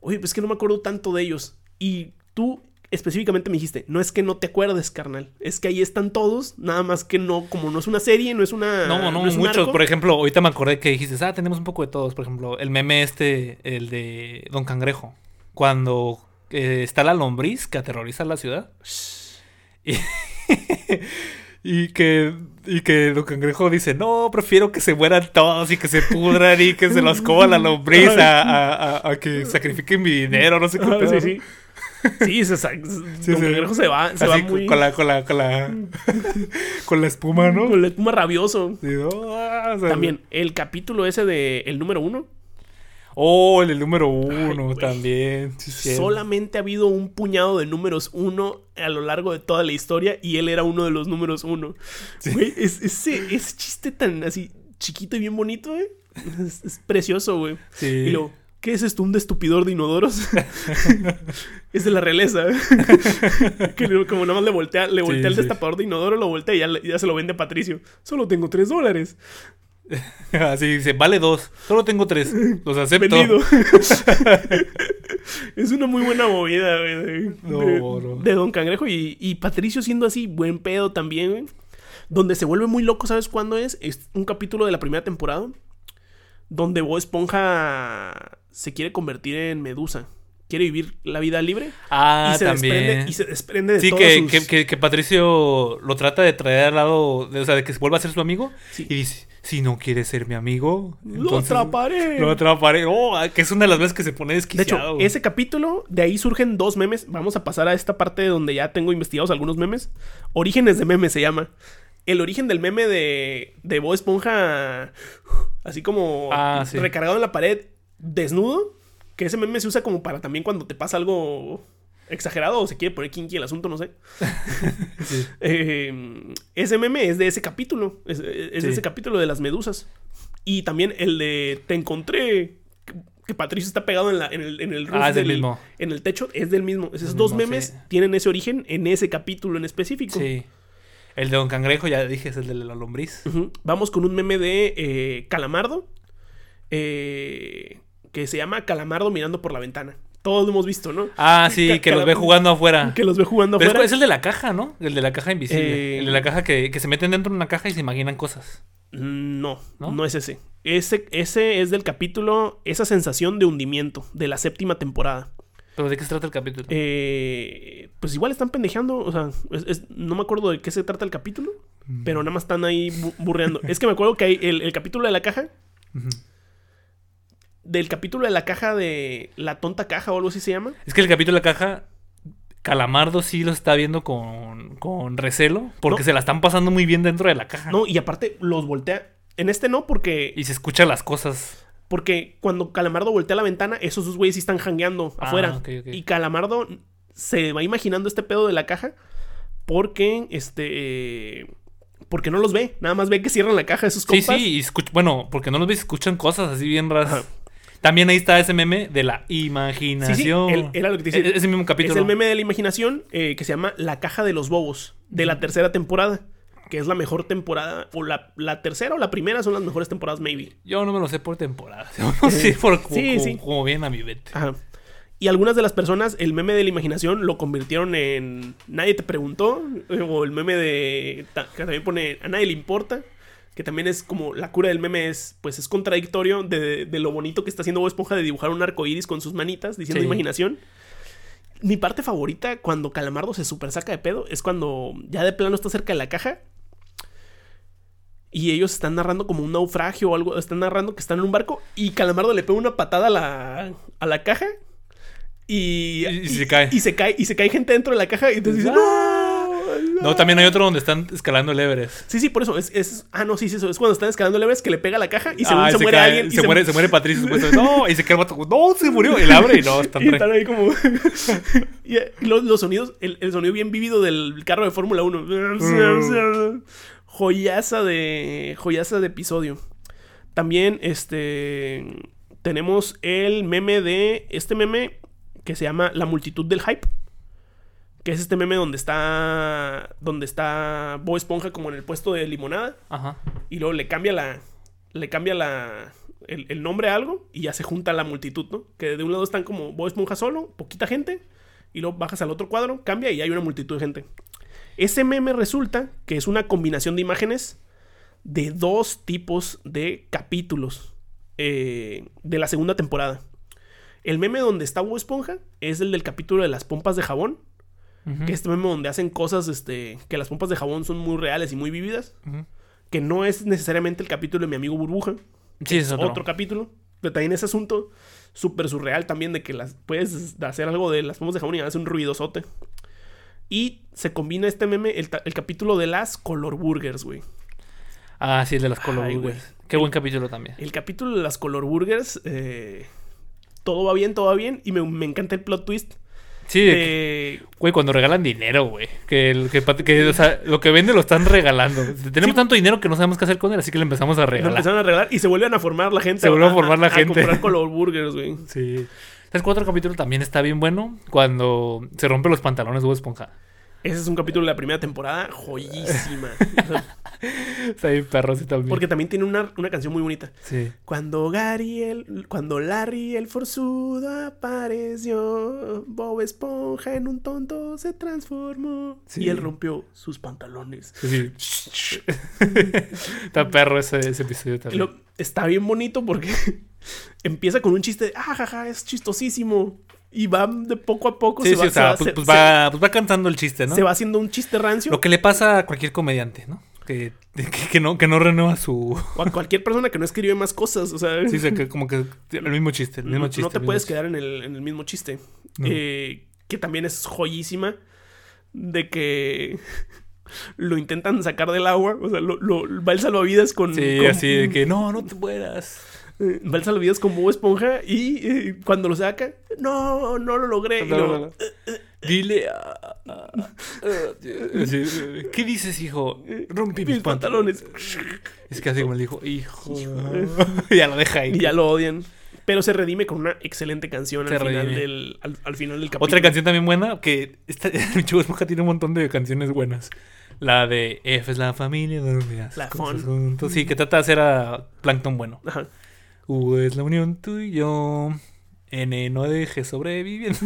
A: Oye, pues es que no me acuerdo tanto de ellos. Y tú específicamente me dijiste, no es que no te acuerdes, carnal. Es que ahí están todos, nada más que no, como no es una serie, no es una.
B: No, no,
A: es un
B: muchos.
A: arco.
B: Por ejemplo, ahorita me acordé que dijiste, ah, tenemos un poco de todos. Por ejemplo, el meme este, el de Don Cangrejo. Cuando eh, está la lombriz que aterroriza la ciudad. Y, y que, y que Don Cangrejo dice, no, prefiero que se mueran todos y que se pudran y que se los coma la lombriz a, a- a- a que sacrifiquen mi dinero, no sé qué.
A: Ah,
B: pedo,
A: sí,
B: ¿no?
A: sí. Sí, se, sa-
B: Sí,
A: Don
B: sí.
A: Cangrejo se va, se va
B: Así
A: muy. Mm.
B: con la, con la, con la, con la espuma, ¿no?
A: con el espuma rabioso.
B: Sí, ¿no? Ah, o sea,
A: Mm. También, el capítulo ese de el número uno.
B: Oh, el, el número uno
A: güey.
B: también. sí, cierto.
A: Solamente ha habido un puñado de números uno a lo largo de toda la historia y él era uno de los números uno. Güey, es, ese, ese chiste tan así chiquito y bien bonito, güey. Es, es precioso, güey.
B: Sí.
A: Y luego, ¿qué es esto? ¿Un destupidor de inodoros? es de la realeza. que luego como nada más le voltea, le voltea el
B: sí.
A: destapador de inodoro, lo voltea y ya, le- ya se lo vende a Patricio. Solo tengo tres dólares.
B: Así Ah, dice, vale dos. Solo tengo tres. Los acepto.
A: Vendido. es una muy buena movida, güey. De,
B: No,
A: de-
B: bro.
A: de Don Cangrejo y, y Patricio siendo así, buen pedo también, güey. Donde se vuelve muy loco, ¿sabes cuándo es? Es un capítulo de la primera temporada. Donde Bob Esponja se quiere convertir en Medusa. Quiere vivir la vida libre.
B: Ah,
A: y se
B: también.
A: desprende. Y se desprende de
B: Sí,
A: todos
B: que,
A: sus-
B: que- que- que Patricio lo trata de traer al lado, de- o sea, de que se vuelva a ser su amigo.
A: Sí.
B: Y dice, si no quieres ser mi amigo,
A: ¡Lo
B: entonces
A: atraparé!
B: Lo atraparé. Oh, ah, que es una de las veces que se pone
A: De hecho,
B: desquiciado.
A: ese capítulo, de ahí surgen dos memes. Vamos a pasar a esta parte donde ya tengo investigados algunos memes. Orígenes de memes se llama. El origen del meme de, de Bob Esponja, así como
B: Ah, sí.
A: recargado en la pared, desnudo. Que ese meme se usa como para también cuando te pasa algo exagerado o se quiere poner kinky el asunto, no sé. Eh, ese meme es de ese capítulo. Es, es de
B: Sí.
A: ese capítulo de las medusas. Y también el de Te encontré. Que, que Patricio está pegado en, la, en el, en el roof
B: Ah, es del mismo.
A: En el techo. Es del mismo. Esos
B: Del
A: dos
B: mismo,
A: memes
B: sí.
A: tienen ese origen en ese capítulo en específico.
B: Sí. El de Don Cangrejo, ya dije, es el de la lombriz.
A: Ujú. Vamos con un meme de eh, Calamardo. eh, que se llama Calamardo mirando por la ventana. Todos lo hemos visto, ¿no?
B: Ah, sí,
A: Ca-
B: que los ve
A: calam-
B: jugando afuera.
A: Que los ve jugando
B: Pero es-
A: afuera.
B: es, el de la caja, ¿no? El de la caja invisible.
A: Eh,
B: El de la caja que, que se meten dentro de una caja y se imaginan cosas.
A: No, no,
B: ¿No?
A: es ese. Ese, ese es del capítulo Esa sensación de hundimiento de la séptima temporada.
B: ¿Pero de qué se trata el capítulo?
A: Eh, pues igual están pendejeando, o sea, es- es- no me acuerdo de qué se trata el capítulo, pero nada más están ahí bu- burreando. es que me acuerdo que hay el, el capítulo de la caja,
B: Ujú.
A: del capítulo de la caja de La tonta caja o algo así se llama.
B: Es que el capítulo de la caja, Calamardo sí lo está viendo con, con recelo, porque
A: No.
B: se la están pasando muy bien dentro de la caja.
A: No, y aparte los voltea. En este no, porque
B: Y se escuchan las cosas.
A: Porque cuando Calamardo voltea la ventana, esos dos güeyes sí están jangueando
B: Ah,
A: afuera.
B: ok, ok.
A: Y Calamardo se va imaginando este pedo de la caja porque, este, eh, porque no los ve. Nada más ve que cierran la caja esos
B: Sí,
A: compas.
B: sí, y escuch- bueno, porque no los ves, escuchan cosas así bien raras.
A: Ajá.
B: También ahí está ese meme de la imaginación.
A: el- era lo que te decía.
B: E- ese mismo
A: Es
B: capítulo.
A: el meme de la imaginación eh, que se llama La caja de los bobos de
B: Mm.
A: la tercera temporada. Que es la mejor temporada, o la, la tercera o la primera son las mejores temporadas, maybe.
B: Yo no me lo sé por temporada. Yo no sé por como,
A: Eh, sí,
B: como-
A: sí.
B: como bien a mi vete.
A: Ajá. Y algunas de las personas, el meme de la imaginación lo convirtieron en Nadie te preguntó, eh, o el meme de. ta- que también pone A nadie le importa, que también es como la cura del meme es, pues es contradictorio de, de lo bonito que está haciendo Bob Esponja de dibujar un arco iris con sus manitas, diciendo
B: Sí.
A: imaginación. Mi parte favorita cuando Calamardo se super saca de pedo es cuando ya de plano está cerca de la caja y ellos están narrando como un naufragio o algo. Están narrando que están en un barco y Calamardo le pega una patada a la, a la caja. Y,
B: Y- y se cae.
A: Y se cae. Y se cae gente dentro de la caja. Y entonces dice, ¡No!
B: No, también hay otro donde están escalando el Everest.
A: Sí, sí, por eso. Es, es- ah, no, sí, sí, eso. Es cuando están escalando el Everest que le pega a la caja y según
B: Ah,
A: se, muere
B: cae-
A: alguien. y
B: Se, muere, se muere Patricio, supuestamente. No, y se queda el vato. No, se murió. Y la abre y no, están
A: Y
B: re-
A: están ahí como. y eh, los, los sonidos, el, el sonido bien vívido del carro de Fórmula
B: Mm.
A: 1. joyaza de. Joyaza de episodio. También, este. Tenemos el meme de. Este meme que se llama La multitud del hype. Que es este meme donde está. Donde está Bob Esponja como en el puesto de limonada.
B: Ajá.
A: Y luego le cambia la. Le cambia la. El, el nombre a algo y ya se junta la multitud, ¿no? Que de un lado están como Bob Esponja solo, poquita gente, y luego bajas al otro cuadro, cambia y ya hay una multitud de gente. Ese meme resulta que es una combinación de imágenes de dos tipos de capítulos eh, de la segunda temporada. El meme donde está Bob Esponja es el del capítulo de las pompas de jabón,
B: Ujú,
A: que es este meme donde hacen cosas este, que las pompas de jabón son muy reales y muy vividas
B: ujú.
A: que no es necesariamente el capítulo de mi amigo Burbuja,
B: Sí, es
A: otro,
B: otro.
A: capítulo, pero también ese asunto súper surreal también de que las puedes hacer algo de las pompas de jabón y hace un ruidosote. Y se combina este meme, el, ta- el capítulo de las color burgers, güey.
B: Ah, sí, el de las Color
A: Ay, güey. eh,
B: Burgers. Qué buen capítulo también.
A: El capítulo de las color burgers, eh, todo va bien, todo va bien, y me, me encanta el plot twist.
B: Sí, de
A: eh,
B: que-
A: de-
B: güey, cuando regalan dinero, güey. Que, el- que, pat- que, o sea, lo que vende lo están regalando. Tenemos tanto dinero que no sabemos qué hacer con él, así que le empezamos a
A: lo
B: regalar.
A: empezaron a regalar y se vuelven a formar la gente.
B: Se vuelve a formar la gente.
A: comprar color burgers, güey.
B: Sí. ¿Sabes cuál otro capítulo también está bien bueno? Cuando se rompe los pantalones de Bob Esponja.
A: Ese es un capítulo de la primera temporada joyísima. O sea,
B: Está bien perro sí, también.
A: Porque también tiene una, una canción muy bonita.
B: Sí.
A: Cuando Gary el, cuando Larry el forzudo apareció, Bob Esponja en un tonto se transformó
B: Sí.
A: y él rompió sus pantalones.
B: sí, sí. está perro ese, ese episodio también.
A: Lo- está bien bonito porque empieza con un chiste, de, ah, jaja, es chistosísimo y va de poco a poco
B: sí,
A: se
B: sí,
A: va-
B: o sea,
A: se va-
B: pues, pues
A: se-
B: va, pues va cantando el chiste, ¿no?
A: se va haciendo un chiste rancio
B: Lo que le pasa a cualquier comediante, ¿no? Que, que, que no, que no renueva su...
A: o a cualquier persona que no escribe más cosas, o sea,
B: Sí, o sea, que como que el mismo chiste, el mismo
A: no,
B: chiste.
A: no te
B: el mismo
A: puedes
B: chiste.
A: quedar en el, en el mismo chiste.
B: No.
A: Eh, que también es joyísima. De que lo intentan sacar del agua. O sea, lo, lo- va el salvavidas con.
B: Sí,
A: con-
B: así de que no, no te mueras.
A: eh, va el salvavidas con Bob Esponja. Y eh, cuando lo saca. No, no lo eh, logré. y
B: No,
A: luego,
B: no, no. Dile a... a- a- sí, sí. ¿Qué dices, hijo? Rompí mis,
A: Eh, Mis pantalones.
B: Es que así como le dijo, hijo. ya lo deja ahí.
A: Y ya lo odian. Pero se redime con una excelente canción
B: Se
A: al final,
B: redime.
A: del, al, al final del capítulo.
B: Otra canción también buena que esta, el Chivo Esponja tiene un montón de canciones buenas. La de F es la familia donde las
A: La
B: cosas
A: fon.
B: juntos. Sí, que trata de hacer a Plankton bueno.
A: Ajá.
B: U es la unión tú y yo. N no deje sobreviviendo.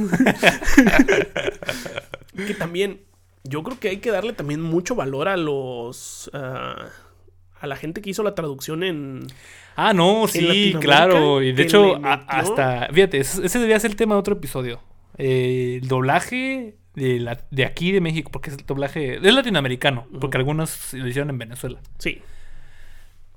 A: Que también, yo creo que hay que darle también mucho valor a los. ah, a la gente que hizo la traducción en.
B: Ah, no, sí,
A: Latinoamérica,
B: claro. Y de
A: que
B: hecho,
A: le
B: a-
A: metió-
B: hasta. Fíjate, ese ese debería ser el tema de otro episodio. Eh, el doblaje de, la- de aquí de México, porque es el doblaje. Es latinoamericano, porque algunos lo hicieron en Venezuela.
A: Sí.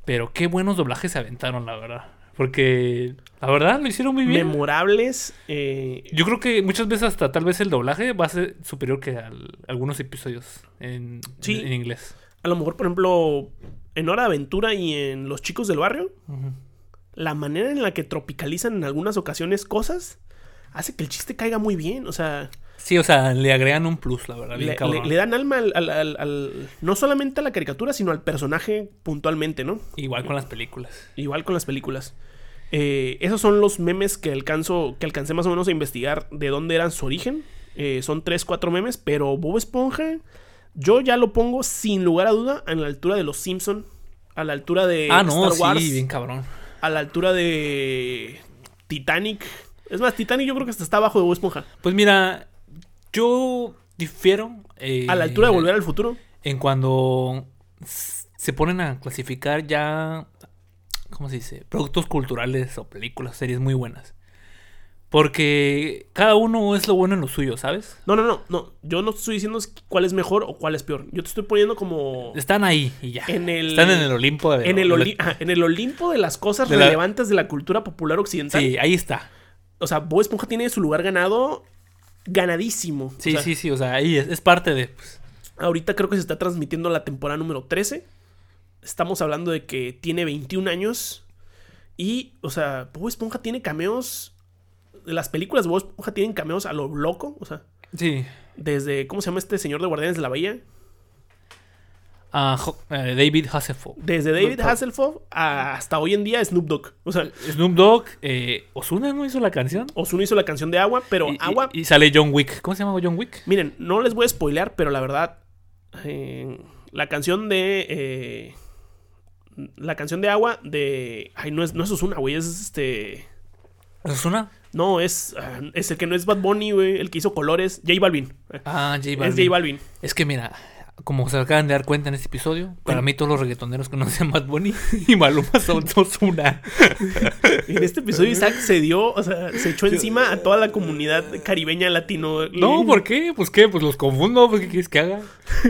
B: Pero qué buenos doblajes se aventaron, la verdad. Porque la verdad lo hicieron muy bien.
A: Memorables. eh,
B: Yo creo que muchas veces hasta tal vez el doblaje va a ser superior que al- algunos episodios en,
A: Sí.
B: en inglés.
A: a lo mejor, por ejemplo, en Hora de Aventura y en Los Chicos del Barrio, la manera en la que tropicalizan en algunas ocasiones cosas hace que el chiste caiga muy bien. O sea,
B: Sí, o sea, le agregan un plus, la verdad. bien
A: le,
B: cabrón.
A: le- le dan alma al, al- al- al- no solamente a la caricatura, sino al personaje puntualmente, ¿no?
B: Igual con las películas.
A: Igual con las películas. Eh, esos son los memes que alcanzo, que alcancé más o menos a investigar de dónde eran su origen. Eh, son tres, cuatro memes, pero Bob Esponja, yo ya lo pongo sin lugar a duda a la altura de los Simpson, a la altura de
B: ah, no,
A: Star Wars,
B: sí, bien cabrón.
A: a la altura de Titanic. Es más, Titanic yo creo que hasta está abajo de Bob Esponja.
B: Pues mira, yo difiero. eh,
A: A la altura de Volver al Futuro.
B: En cuando s- se ponen a clasificar ya, ¿cómo se dice? Productos culturales o películas, series muy buenas. Porque cada uno es lo bueno en lo suyo, ¿sabes?
A: No, no, no, no. Yo no te estoy diciendo cuál es mejor o cuál es peor. Yo te estoy poniendo como
B: Están ahí y ya.
A: En el-
B: Están en el Olimpo. De,
A: en el,
B: de-
A: Oli- ajá, en el Olimpo de las cosas
B: de la-
A: relevantes de la cultura popular occidental.
B: Sí, ahí está.
A: O sea, Bob Esponja tiene su lugar ganado ganadísimo.
B: Sí,
A: O sea,
B: sí, sí. O sea, ahí es, es parte de... pues,
A: Ahorita creo que se está transmitiendo la temporada número 13. Estamos hablando de que tiene 21 años. Y, o sea, Bob Esponja tiene cameos. Las películas de Bob Esponja tienen cameos a lo loco. O sea,
B: sí.
A: desde. ¿Cómo se llama este señor de Guardianes de la Bahía?
B: a Ho- eh, David Hasselhoff.
A: Desde David Hasselhoff a- hasta hoy en día Snoop Dogg. O sea,
B: Snoop Dogg, eh, Osuna no hizo la canción.
A: Ozuna hizo la canción de Agua, pero
B: Y- y-
A: Agua...
B: y sale John Wick. ¿Cómo se llama John Wick?
A: Miren, no les voy a spoilear, pero la verdad, eh, la canción de... eh, la canción de Agua de... Ay, no es, no es Ozuna, güey, es este...
B: ¿Osuna?
A: No, es, ah, es el que no es Bad Bunny, güey, el que hizo colores, J Balvin.
B: Ah, J Balvin.
A: Es J Balvin.
B: Es que mira, como se acaban de dar cuenta en este episodio, para mí todos los reggaetoneros conocen Bad Bunny y Maluma son Osuna.
A: En este episodio Isaac se dio, o sea, se echó encima a toda la comunidad caribeña latino.
B: No, ¿por qué? Pues qué, pues los confundo, pues, ¿qué quieres que haga?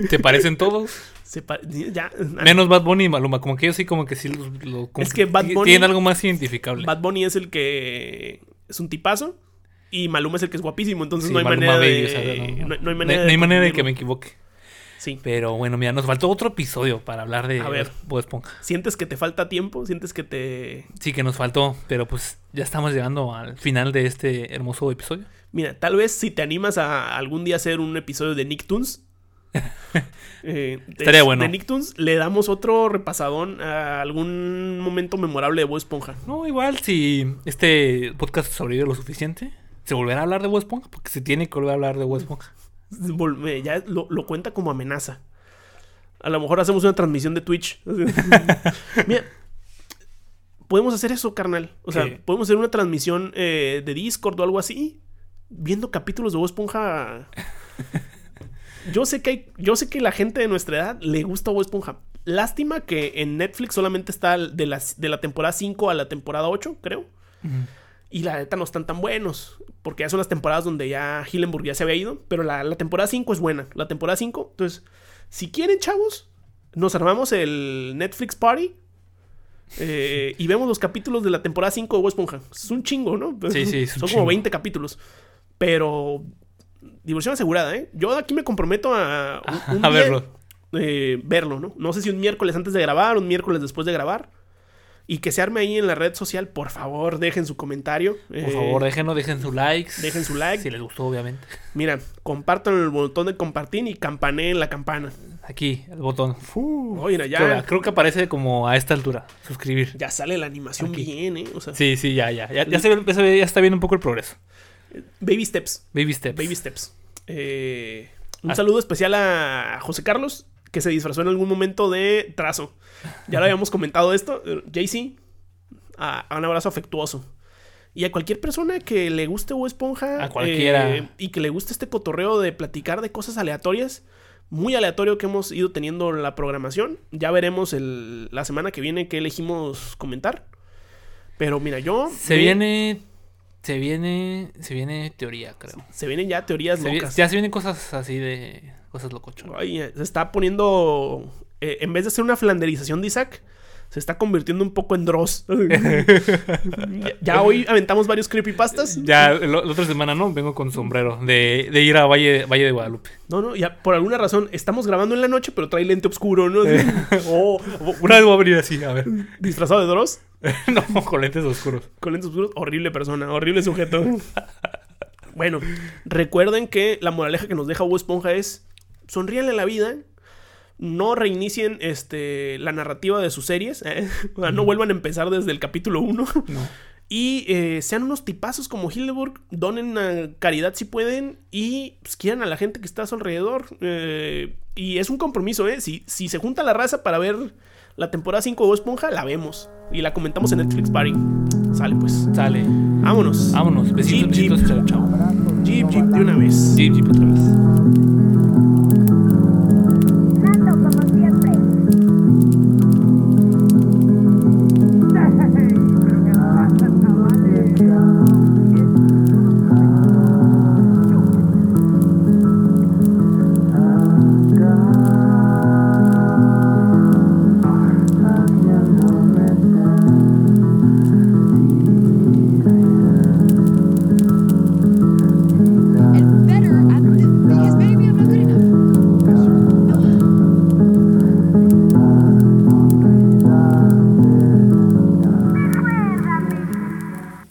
B: ¿Te parecen todos?
A: Se pa- ya,
B: Menos Bad Bunny y Maluma, como que yo sí, como que sí los, lo- como
A: Es que Bad
B: ti-
A: Bunny-
B: tienen algo más identificable.
A: ah, Bad Bunny es el que es un tipazo y Maluma es el que es guapísimo, entonces
B: Sí,
A: no hay
B: Maluma
A: manera
B: Baby,
A: de
B: o sea,
A: no,
B: no,
A: no hay
B: no-
A: manera
B: no hay manera de que me
A: confundirlo.
B: equivoque.
A: Sí.
B: Pero bueno, mira, nos faltó otro episodio para hablar de
A: A ver.
B: Bob Esponja.
A: ¿Sientes que te falta tiempo? ¿Sientes que te
B: Sí que nos faltó, pero pues ya estamos llegando al final de este hermoso episodio.
A: Mira, tal vez si te animas a algún día hacer un episodio de Nicktoons. eh, de-
B: Estaría bueno.
A: De Nicktoons le damos otro repasadón a algún momento memorable de Bob Esponja.
B: No, igual si este podcast sobrevive lo suficiente, se volverá a hablar de Bob Esponja, porque se tiene que volver a hablar de Bob Esponja.
A: Vol- eh, Ya lo, lo cuenta como amenaza. A lo mejor hacemos una transmisión de Twitch. Mira, podemos hacer eso, carnal. O sea,
B: ¿Qué?
A: podemos hacer una transmisión eh, de Discord o algo así, viendo capítulos de Bob Esponja. Yo sé que hay- yo sé que la gente de nuestra edad le gusta Bob Esponja. Lástima que en Netflix solamente está de, las, de la temporada 5 a la temporada 8, creo. Y la neta no están tan buenos. Porque ya son las temporadas donde ya Hillenburg ya se había ido. Pero la, la temporada 5 es buena. La temporada 5. Entonces, si quieren, chavos, nos armamos el Netflix Party. eh, y vemos los capítulos de la temporada 5 de Bob Esponja. Es un chingo, ¿no?
B: Sí, sí, es un
A: Son como
B: chingo.
A: 20 capítulos. Pero. Diversión asegurada, ¿eh? Yo aquí me comprometo a. un- un
B: a
A: día-
B: verlo.
A: eh, verlo, ¿no? No sé si un miércoles antes de grabar, un miércoles después de grabar. Y que se arme ahí en la red social, por favor, dejen su comentario.
B: Por favor, déjenos, dejen su like.
A: Eh, dejen su like.
B: Si les gustó, obviamente.
A: Mira, compartan el botón de compartir y campaneen la campana.
B: Aquí, el botón. Fu.
A: Oye, ya.
B: Creo, creo que aparece como a esta altura. Suscribir.
A: Ya sale la animación
B: Aquí.
A: bien, ¿eh? O sea,
B: Sí, sí, ya, ya. Ya, ya se ve- ya se ve- ya está viendo un poco el progreso.
A: baby steps.
B: Baby steps.
A: Baby steps. Eh, un
B: Ah.
A: saludo especial a José Carlos, que se disfrazó en algún momento de trazo. Ya lo habíamos comentado esto. eh, JC, a, a un abrazo afectuoso. Y a cualquier persona que le guste o esponja.
B: A cualquiera.
A: y que le guste este cotorreo de platicar de cosas aleatorias. Muy aleatorio que hemos ido teniendo la programación. Ya veremos el- la semana que viene qué elegimos comentar. Pero mira, yo.
B: Se
A: me-
B: viene. Se viene. Se viene teoría, creo.
A: Se vienen ya teorías
B: Se vi-
A: locas.
B: ya se vienen cosas así de. Cosas locochonas.
A: Ay, eh, se está poniendo. eh, en vez de hacer una flanderización de Isaac, se está convirtiendo un poco en Dross. ya, ya hoy aventamos varios creepypastas.
B: Ya, lo- la otra semana no, vengo con sombrero de, de ir a Valle, Valle de Guadalupe.
A: No, no, ya por alguna razón estamos grabando en la noche, pero trae lente oscuro, ¿no?
B: Oh, una vez voy a abrir así, a ver.
A: Disfrazado de Dross,
B: no, con lentes oscuros.
A: con lentes oscuros. Horrible persona, horrible sujeto. bueno, recuerden que la moraleja que nos deja Hugo Esponja es: sonríanle a la vida. No reinicien este, la narrativa de sus series. ¿eh? O sea, no vuelvan a empezar desde el capítulo 1.
B: No.
A: Y eh, sean unos tipazos como Hildeburg, donen a caridad si pueden y pues, quieran a la gente que está a su alrededor. Eh, y es un compromiso, ¿eh? Si, si se junta la raza para ver la temporada 5 de Bob Esponja, la vemos y la comentamos en Netflix Party. Sale pues.
B: Sale.
A: Vámonos.
B: Vámonos. Besitos,
A: Jeep,
B: besitos. Chao, chao.
A: Jeep, jeep, de una vez.
B: Jeep, jeep, otra vez.